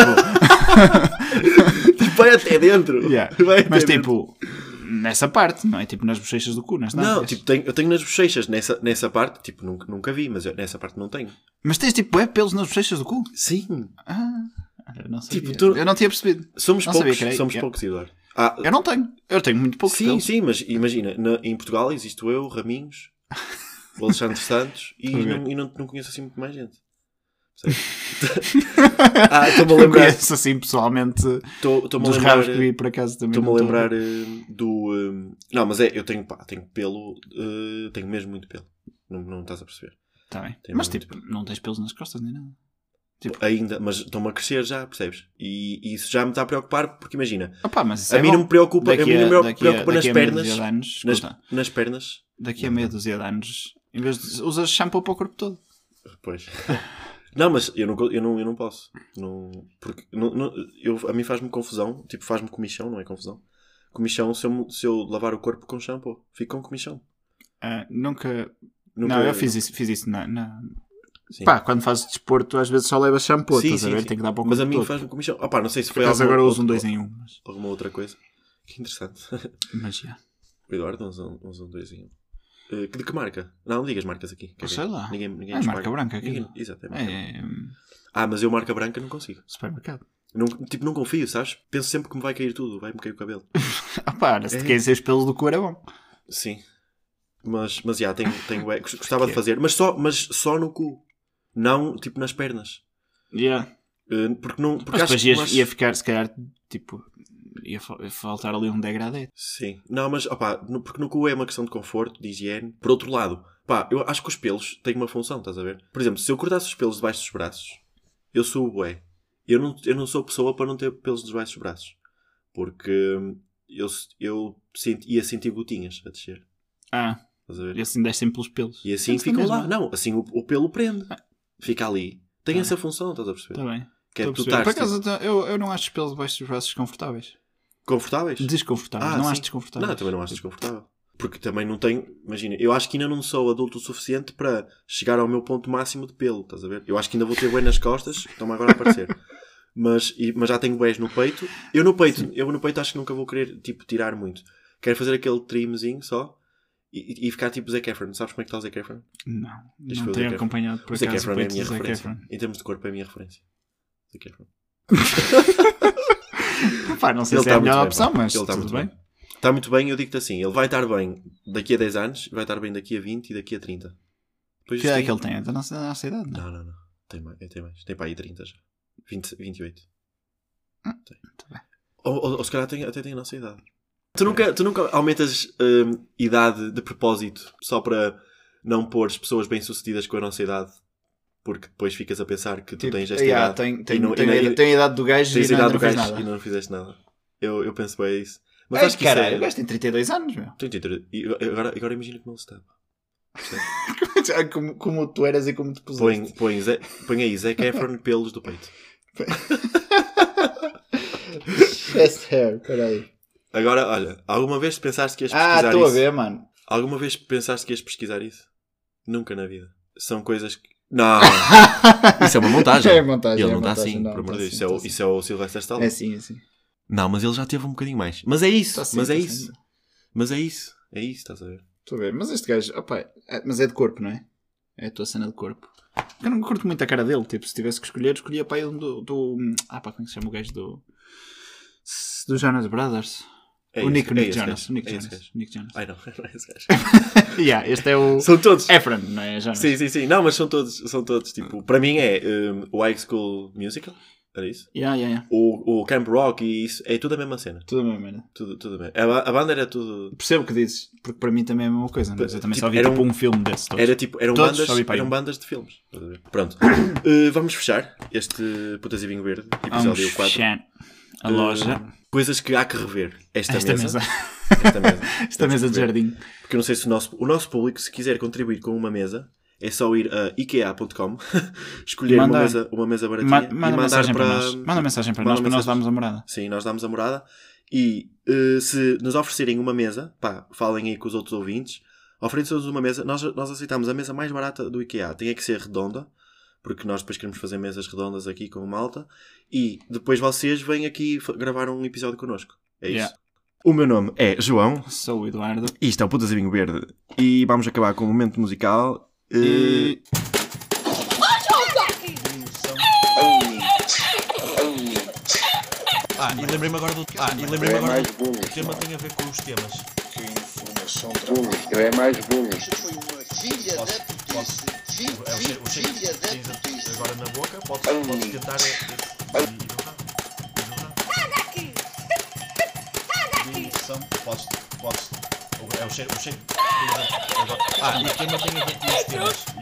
Speaker 4: Tipo, Vai até dentro.
Speaker 5: yeah.
Speaker 4: Vai até
Speaker 5: mas
Speaker 4: dentro.
Speaker 5: tipo, nessa parte, não é? Tipo nas bochechas do cu, nas
Speaker 4: Não,
Speaker 5: nádegas.
Speaker 4: tipo, tenho- eu tenho nas bochechas, nessa, nessa parte, tipo, nunca, nunca vi, mas eu- nessa parte não tenho.
Speaker 5: Mas tens tipo é pelos nas bochechas do cu?
Speaker 4: Sim,
Speaker 5: Ah, eu não sabia.
Speaker 4: Tipo, tu-
Speaker 5: Eu não tinha percebido.
Speaker 4: somos
Speaker 5: Não sabia
Speaker 4: poucos,
Speaker 5: que era-
Speaker 4: somos
Speaker 5: yeah.
Speaker 4: poucos, Eduardo. Ah,
Speaker 5: Eu não tenho. Eu tenho muito um pouco
Speaker 4: sim, sim, mas imagina, na- em Portugal existo eu, Raminhos, o Alexandre Santos e,
Speaker 5: Estou a ver.
Speaker 4: não, e não, não conheço assim muito mais gente. Percebes? ah, estou-me a lembrar,
Speaker 5: Conheço assim pessoalmente
Speaker 4: estou- estou-me a
Speaker 5: dos
Speaker 4: lembrar,
Speaker 5: raros que vi por acaso também.
Speaker 4: estou-me a
Speaker 5: não tô-
Speaker 4: lembrar eh, do, eh, não, mas é, eu tenho, pá, tenho pelo, eh, tenho mesmo muito pelo, não, não estás a perceber.
Speaker 5: Tá bem.
Speaker 4: Tem
Speaker 5: Mas
Speaker 4: muito.
Speaker 5: tipo, não tens pelos nas costas nem nada.
Speaker 4: Ainda, mas estão-me a crescer já, percebes? E, e isso já me está a preocupar, porque imagina,
Speaker 5: Opa, mas isso
Speaker 4: a
Speaker 5: é
Speaker 4: mim
Speaker 5: bom.
Speaker 4: não me preocupa, a
Speaker 5: Daqui
Speaker 4: mim não me
Speaker 5: daqui
Speaker 4: preocupa nas
Speaker 5: daqui a meia
Speaker 4: pernas,
Speaker 5: dúzia de anos,
Speaker 4: nas,
Speaker 5: escuta,
Speaker 4: nas pernas,
Speaker 5: daqui a meia dúzia de anos, em vez de usas shampoo para o corpo todo.
Speaker 4: pois. não, mas eu não, co- eu não, eu não posso, não, porque não, não- eu, a mim faz-me confusão, tipo faz-me comichão, não é confusão? Comichão se eu, me- se eu lavar o corpo com shampoo, fico com comichão.
Speaker 5: Ah, nunca.
Speaker 4: Nunca-
Speaker 5: Não, eu fiz isso, fiz isso na. na-
Speaker 4: Sim.
Speaker 5: Pá, quando fazes desporto, às vezes só levas shampoo,
Speaker 4: Sim,
Speaker 5: estás a
Speaker 4: sim,
Speaker 5: ver?
Speaker 4: sim.
Speaker 5: Tem que dar para o corpo
Speaker 4: Mas a mim
Speaker 5: todo.
Speaker 4: faz-me comichão. Ah pá, não sei se foi
Speaker 5: Mas
Speaker 4: alguma,
Speaker 5: agora uso um
Speaker 4: outra-
Speaker 5: dois em um, mas,
Speaker 4: alguma outra coisa. Que interessante.
Speaker 5: mas já.
Speaker 4: O Eduardo usa um, usa um dois em um. Eh, de que marca? Não, não digas marcas aqui. que é
Speaker 5: Sei
Speaker 4: que-
Speaker 5: lá.
Speaker 4: Ninguém, ninguém
Speaker 5: É
Speaker 4: nos
Speaker 5: marca
Speaker 4: paga.
Speaker 5: branca aqui.
Speaker 4: Ninguém- Exato, é marca branca.
Speaker 5: É, é, hum,
Speaker 4: Ah, mas eu marca branca não consigo.
Speaker 5: supermercado.
Speaker 4: Não, tipo, não confio, sabes? Penso sempre que me vai cair tudo. Vai-me cair o cabelo.
Speaker 5: Ah, pá, se
Speaker 4: É.
Speaker 5: te queres ser os pelos do cu era bom.
Speaker 4: Sim. Mas, mas, já, tenho, tenho, bué- gost- gostava de
Speaker 5: Que é?
Speaker 4: fazer. Mas só, mas só no cu. Não, tipo, nas pernas.
Speaker 5: Yeah.
Speaker 4: Eh, porque não... Porque
Speaker 5: Mas
Speaker 4: acho
Speaker 5: depois
Speaker 4: que...
Speaker 5: ias-
Speaker 4: mas-
Speaker 5: ia ficar, se calhar, tipo, ia fal- ia faltar ali um degradê.
Speaker 4: Sim. Não, mas, opá, no- porque no cu é uma questão de conforto, de higiene. Por outro lado, pá, eu acho que os pelos têm uma função, estás a ver? Por exemplo, se eu cortasse os pelos debaixo dos braços, eu sou o bué. Eu não, eu não sou pessoa para não ter pelos debaixo dos braços. Porque hum, eu, s- eu senti- ia sentir gotinhas a descer,
Speaker 5: Ah,
Speaker 4: estás a ver?
Speaker 5: e assim descem pelos pelos.
Speaker 4: E assim
Speaker 5: Mas
Speaker 4: ficam
Speaker 5: também
Speaker 4: lá. Não, assim o, o pelo prende. Fica ali. Tem
Speaker 5: Ah.
Speaker 4: essa função, estás a perceber?
Speaker 5: Está Ah. bem.
Speaker 4: Que é
Speaker 5: Estou
Speaker 4: tu
Speaker 5: a perceber.
Speaker 4: estás
Speaker 5: Por acaso, então, eu, eu não acho os pelos debaixo dos braços desconfortáveis.
Speaker 4: tipo, confortáveis.
Speaker 5: Desconfortáveis,
Speaker 4: Ah,
Speaker 5: não
Speaker 4: sim.
Speaker 5: acho desconfortáveis.
Speaker 4: Não, eu também não acho desconfortável. Porque também não tenho. Imagina, eu acho que ainda não sou adulto o suficiente para chegar ao meu ponto máximo de pelo, estás a ver? Eu acho que ainda vou ter bué nas costas, estão-me agora a aparecer. Mas, e- mas já tenho bués no peito. Eu no peito, eu no peito acho que nunca vou querer tipo, tirar muito. Quero fazer aquele trimzinho só e, e- e ficar tipo Zac Efron. Sabes como é que está o Zac Efron?
Speaker 5: Não,
Speaker 4: Deixa
Speaker 5: não
Speaker 4: eu ver o
Speaker 5: tenho
Speaker 4: Zac Efron.
Speaker 5: acompanhado por
Speaker 4: O Zac
Speaker 5: acaso
Speaker 4: Efron
Speaker 5: o
Speaker 4: é a
Speaker 5: peito do
Speaker 4: minha
Speaker 5: Zac
Speaker 4: referência.
Speaker 5: Efron.
Speaker 4: Em termos de corpo é a minha referência. Zac Efron.
Speaker 5: Pá, não sei se é a
Speaker 4: tá muito
Speaker 5: melhor
Speaker 4: bem,
Speaker 5: opção,
Speaker 4: pá.
Speaker 5: mas
Speaker 4: ele está
Speaker 5: tudo
Speaker 4: muito
Speaker 5: bem.
Speaker 4: bem. Está muito bem, eu digo-te assim: ele vai estar bem daqui a 10 anos, vai estar bem daqui a 20 e daqui a 30. Depois
Speaker 5: Que idade é que
Speaker 4: tem-
Speaker 5: ele tem? É Da nossa, da nossa idade, não?
Speaker 4: Não, não, não. Tem mais. Tem, mais. tem para aí 30 já. 20, 28. Tem.
Speaker 5: Hum, bem.
Speaker 4: Ou, ou, ou se calhar tem, até tem a nossa idade. Tu nunca, tu nunca aumentas hum, idade de propósito só para não pôres pessoas bem-sucedidas com a nossa idade? Porque depois ficas a pensar que tu tens esta
Speaker 5: Tipo, yeah,
Speaker 4: idade.
Speaker 5: tem,
Speaker 4: e
Speaker 5: tem,
Speaker 4: não- e
Speaker 5: tem,
Speaker 4: não-
Speaker 5: tem a idade do gajo
Speaker 4: Tens
Speaker 5: e
Speaker 4: a
Speaker 5: não,
Speaker 4: idade do
Speaker 5: não fez
Speaker 4: gajo
Speaker 5: nada.
Speaker 4: e não fizeste nada. Eu, eu penso bem isso. Mas
Speaker 5: Ai,
Speaker 4: acho que isso
Speaker 5: caralho,
Speaker 4: é-
Speaker 5: o gajo tem 32 anos, meu.
Speaker 4: 33. E agora, agora imagina como ele estava. é,
Speaker 5: como, como tu eras e como te puseste.
Speaker 4: Põe, põe, Zé- põe aí Zac Efron pelos do peito.
Speaker 5: Chest hair, caralho.
Speaker 4: Agora, olha, alguma vez pensaste que ias
Speaker 5: Ah,
Speaker 4: pesquisar
Speaker 5: estou a
Speaker 4: isso?
Speaker 5: ver, mano.
Speaker 4: Alguma vez pensaste que ias pesquisar isso? Nunca na vida. São coisas que. Não! isso é uma montagem.
Speaker 5: É montagem,
Speaker 4: Ele
Speaker 5: é
Speaker 4: não está
Speaker 5: montagem,
Speaker 4: assim,
Speaker 5: não,
Speaker 4: por amor
Speaker 5: tá
Speaker 4: de Deus.
Speaker 5: assim,
Speaker 4: Isso, é
Speaker 5: tá
Speaker 4: o-
Speaker 5: assim.
Speaker 4: isso é o Sylvester Stallone.
Speaker 5: É sim, é sim.
Speaker 4: Não, mas ele já teve um bocadinho mais. Mas é isso!
Speaker 5: Tá sim,
Speaker 4: mas é
Speaker 5: tá
Speaker 4: isso!
Speaker 5: sim.
Speaker 4: Mas é isso! É isso, estás a ver?
Speaker 5: Estou a ver. Mas este gajo, opa, é- mas é de corpo, não é? É a tua cena de corpo. Porque Eu não curto muito a cara dele. Tipo, se tivesse que escolher, escolhia para ele do, do. Ah, pá, como é que se chama o gajo do. Do Jonas Brothers.
Speaker 4: É
Speaker 5: o
Speaker 4: esse-
Speaker 5: Nick, o
Speaker 4: é
Speaker 5: Nick
Speaker 4: esse
Speaker 5: Jonas.
Speaker 4: gajo.
Speaker 5: O Nick
Speaker 4: É esse
Speaker 5: Jonas.
Speaker 4: gajo.
Speaker 5: o Nick Jonas.
Speaker 4: Ai não, não é esse gajo.
Speaker 5: Yeah, este é o.
Speaker 4: São todos.
Speaker 5: Efron, não é? Jonas.
Speaker 4: Sim, sim, sim. Não, mas são todos, são todos.
Speaker 5: Ah.
Speaker 4: Tipo, para mim é um, o High School Musical, era isso?
Speaker 5: Yeah, yeah, yeah.
Speaker 4: O, o Camp Rock e isso, é tudo a mesma cena.
Speaker 5: Tudo bem, merda.
Speaker 4: Tudo, tudo bem. A, ba- a banda era tudo.
Speaker 5: Percebo o que dizes, porque para mim também é a mesma coisa. Mas eu também só
Speaker 4: Tipo,
Speaker 5: vi
Speaker 4: era
Speaker 5: tipo
Speaker 4: um-
Speaker 5: um filme desse. todos.
Speaker 4: Era tipo, eram,
Speaker 5: Todos, só
Speaker 4: bandas,
Speaker 5: vi para aí
Speaker 4: eram
Speaker 5: um.
Speaker 4: bandas de filmes. Estás a ver? Pronto. Uh, vamos fechar este Putas e Vinho Verde, episódio
Speaker 5: Vamos
Speaker 4: 4.
Speaker 5: fechar. Um A loja.
Speaker 4: eh, coisas que há que rever. Esta,
Speaker 5: Esta
Speaker 4: mesa.
Speaker 5: mesa.
Speaker 4: Esta mesa.
Speaker 5: Esta
Speaker 4: Temos
Speaker 5: mesa
Speaker 4: que
Speaker 5: de
Speaker 4: ver.
Speaker 5: jardim.
Speaker 4: Porque eu não sei se o nosso, o nosso público, se quiser contribuir com uma mesa, é só ir a ikea.com, escolher
Speaker 5: Manda-
Speaker 4: uma mesa, uma mesa baratinha
Speaker 5: Ma-
Speaker 4: e
Speaker 5: manda
Speaker 4: mandar
Speaker 5: mensagem para,
Speaker 4: para-
Speaker 5: nós. Manda mensagem para
Speaker 4: Manda
Speaker 5: nós para nós
Speaker 4: mensagem.
Speaker 5: darmos a morada.
Speaker 4: Sim, nós damos a morada. E eh, se nos oferecerem uma mesa, pá, falem aí com os outros ouvintes, ofereçam-nos uma mesa, nós, nós aceitamos a mesa mais barata do IKEA. Tem é que ser redonda, porque nós depois queremos fazer mesas redondas aqui com malta. E depois vocês vêm aqui fa- gravar um episódio connosco. É isso.
Speaker 5: Yeah.
Speaker 4: O meu nome é João,
Speaker 5: Sou o Eduardo.
Speaker 4: isto é o Putas e Vinho Verde, e vamos acabar com um momento musical. eh,
Speaker 5: E...
Speaker 3: Only. Only.
Speaker 1: Ah, e lembrei-me agora do. Ah, e lembrei-me
Speaker 2: É
Speaker 1: agora
Speaker 2: mais
Speaker 1: do.
Speaker 2: bullying.
Speaker 1: O tema tem a ver com os temas.
Speaker 3: Que informação
Speaker 2: Bullying.
Speaker 3: dramática.
Speaker 2: Ele é mais bullying.
Speaker 3: Isso foi uma filha
Speaker 1: Posso-
Speaker 3: da putice. Fi-
Speaker 1: É o cheiro, o
Speaker 3: fi-
Speaker 1: cheiro
Speaker 3: Filha
Speaker 1: que tens
Speaker 3: da
Speaker 1: a-
Speaker 3: putice.
Speaker 1: agora na boca, podes, podes tentar. é- é- e- e não dá. E não dá. Dimensão, podes, podes. o- É o cheiro, o cheiro. que tens a- agora- Ah, e o tema tem a ver com os temas.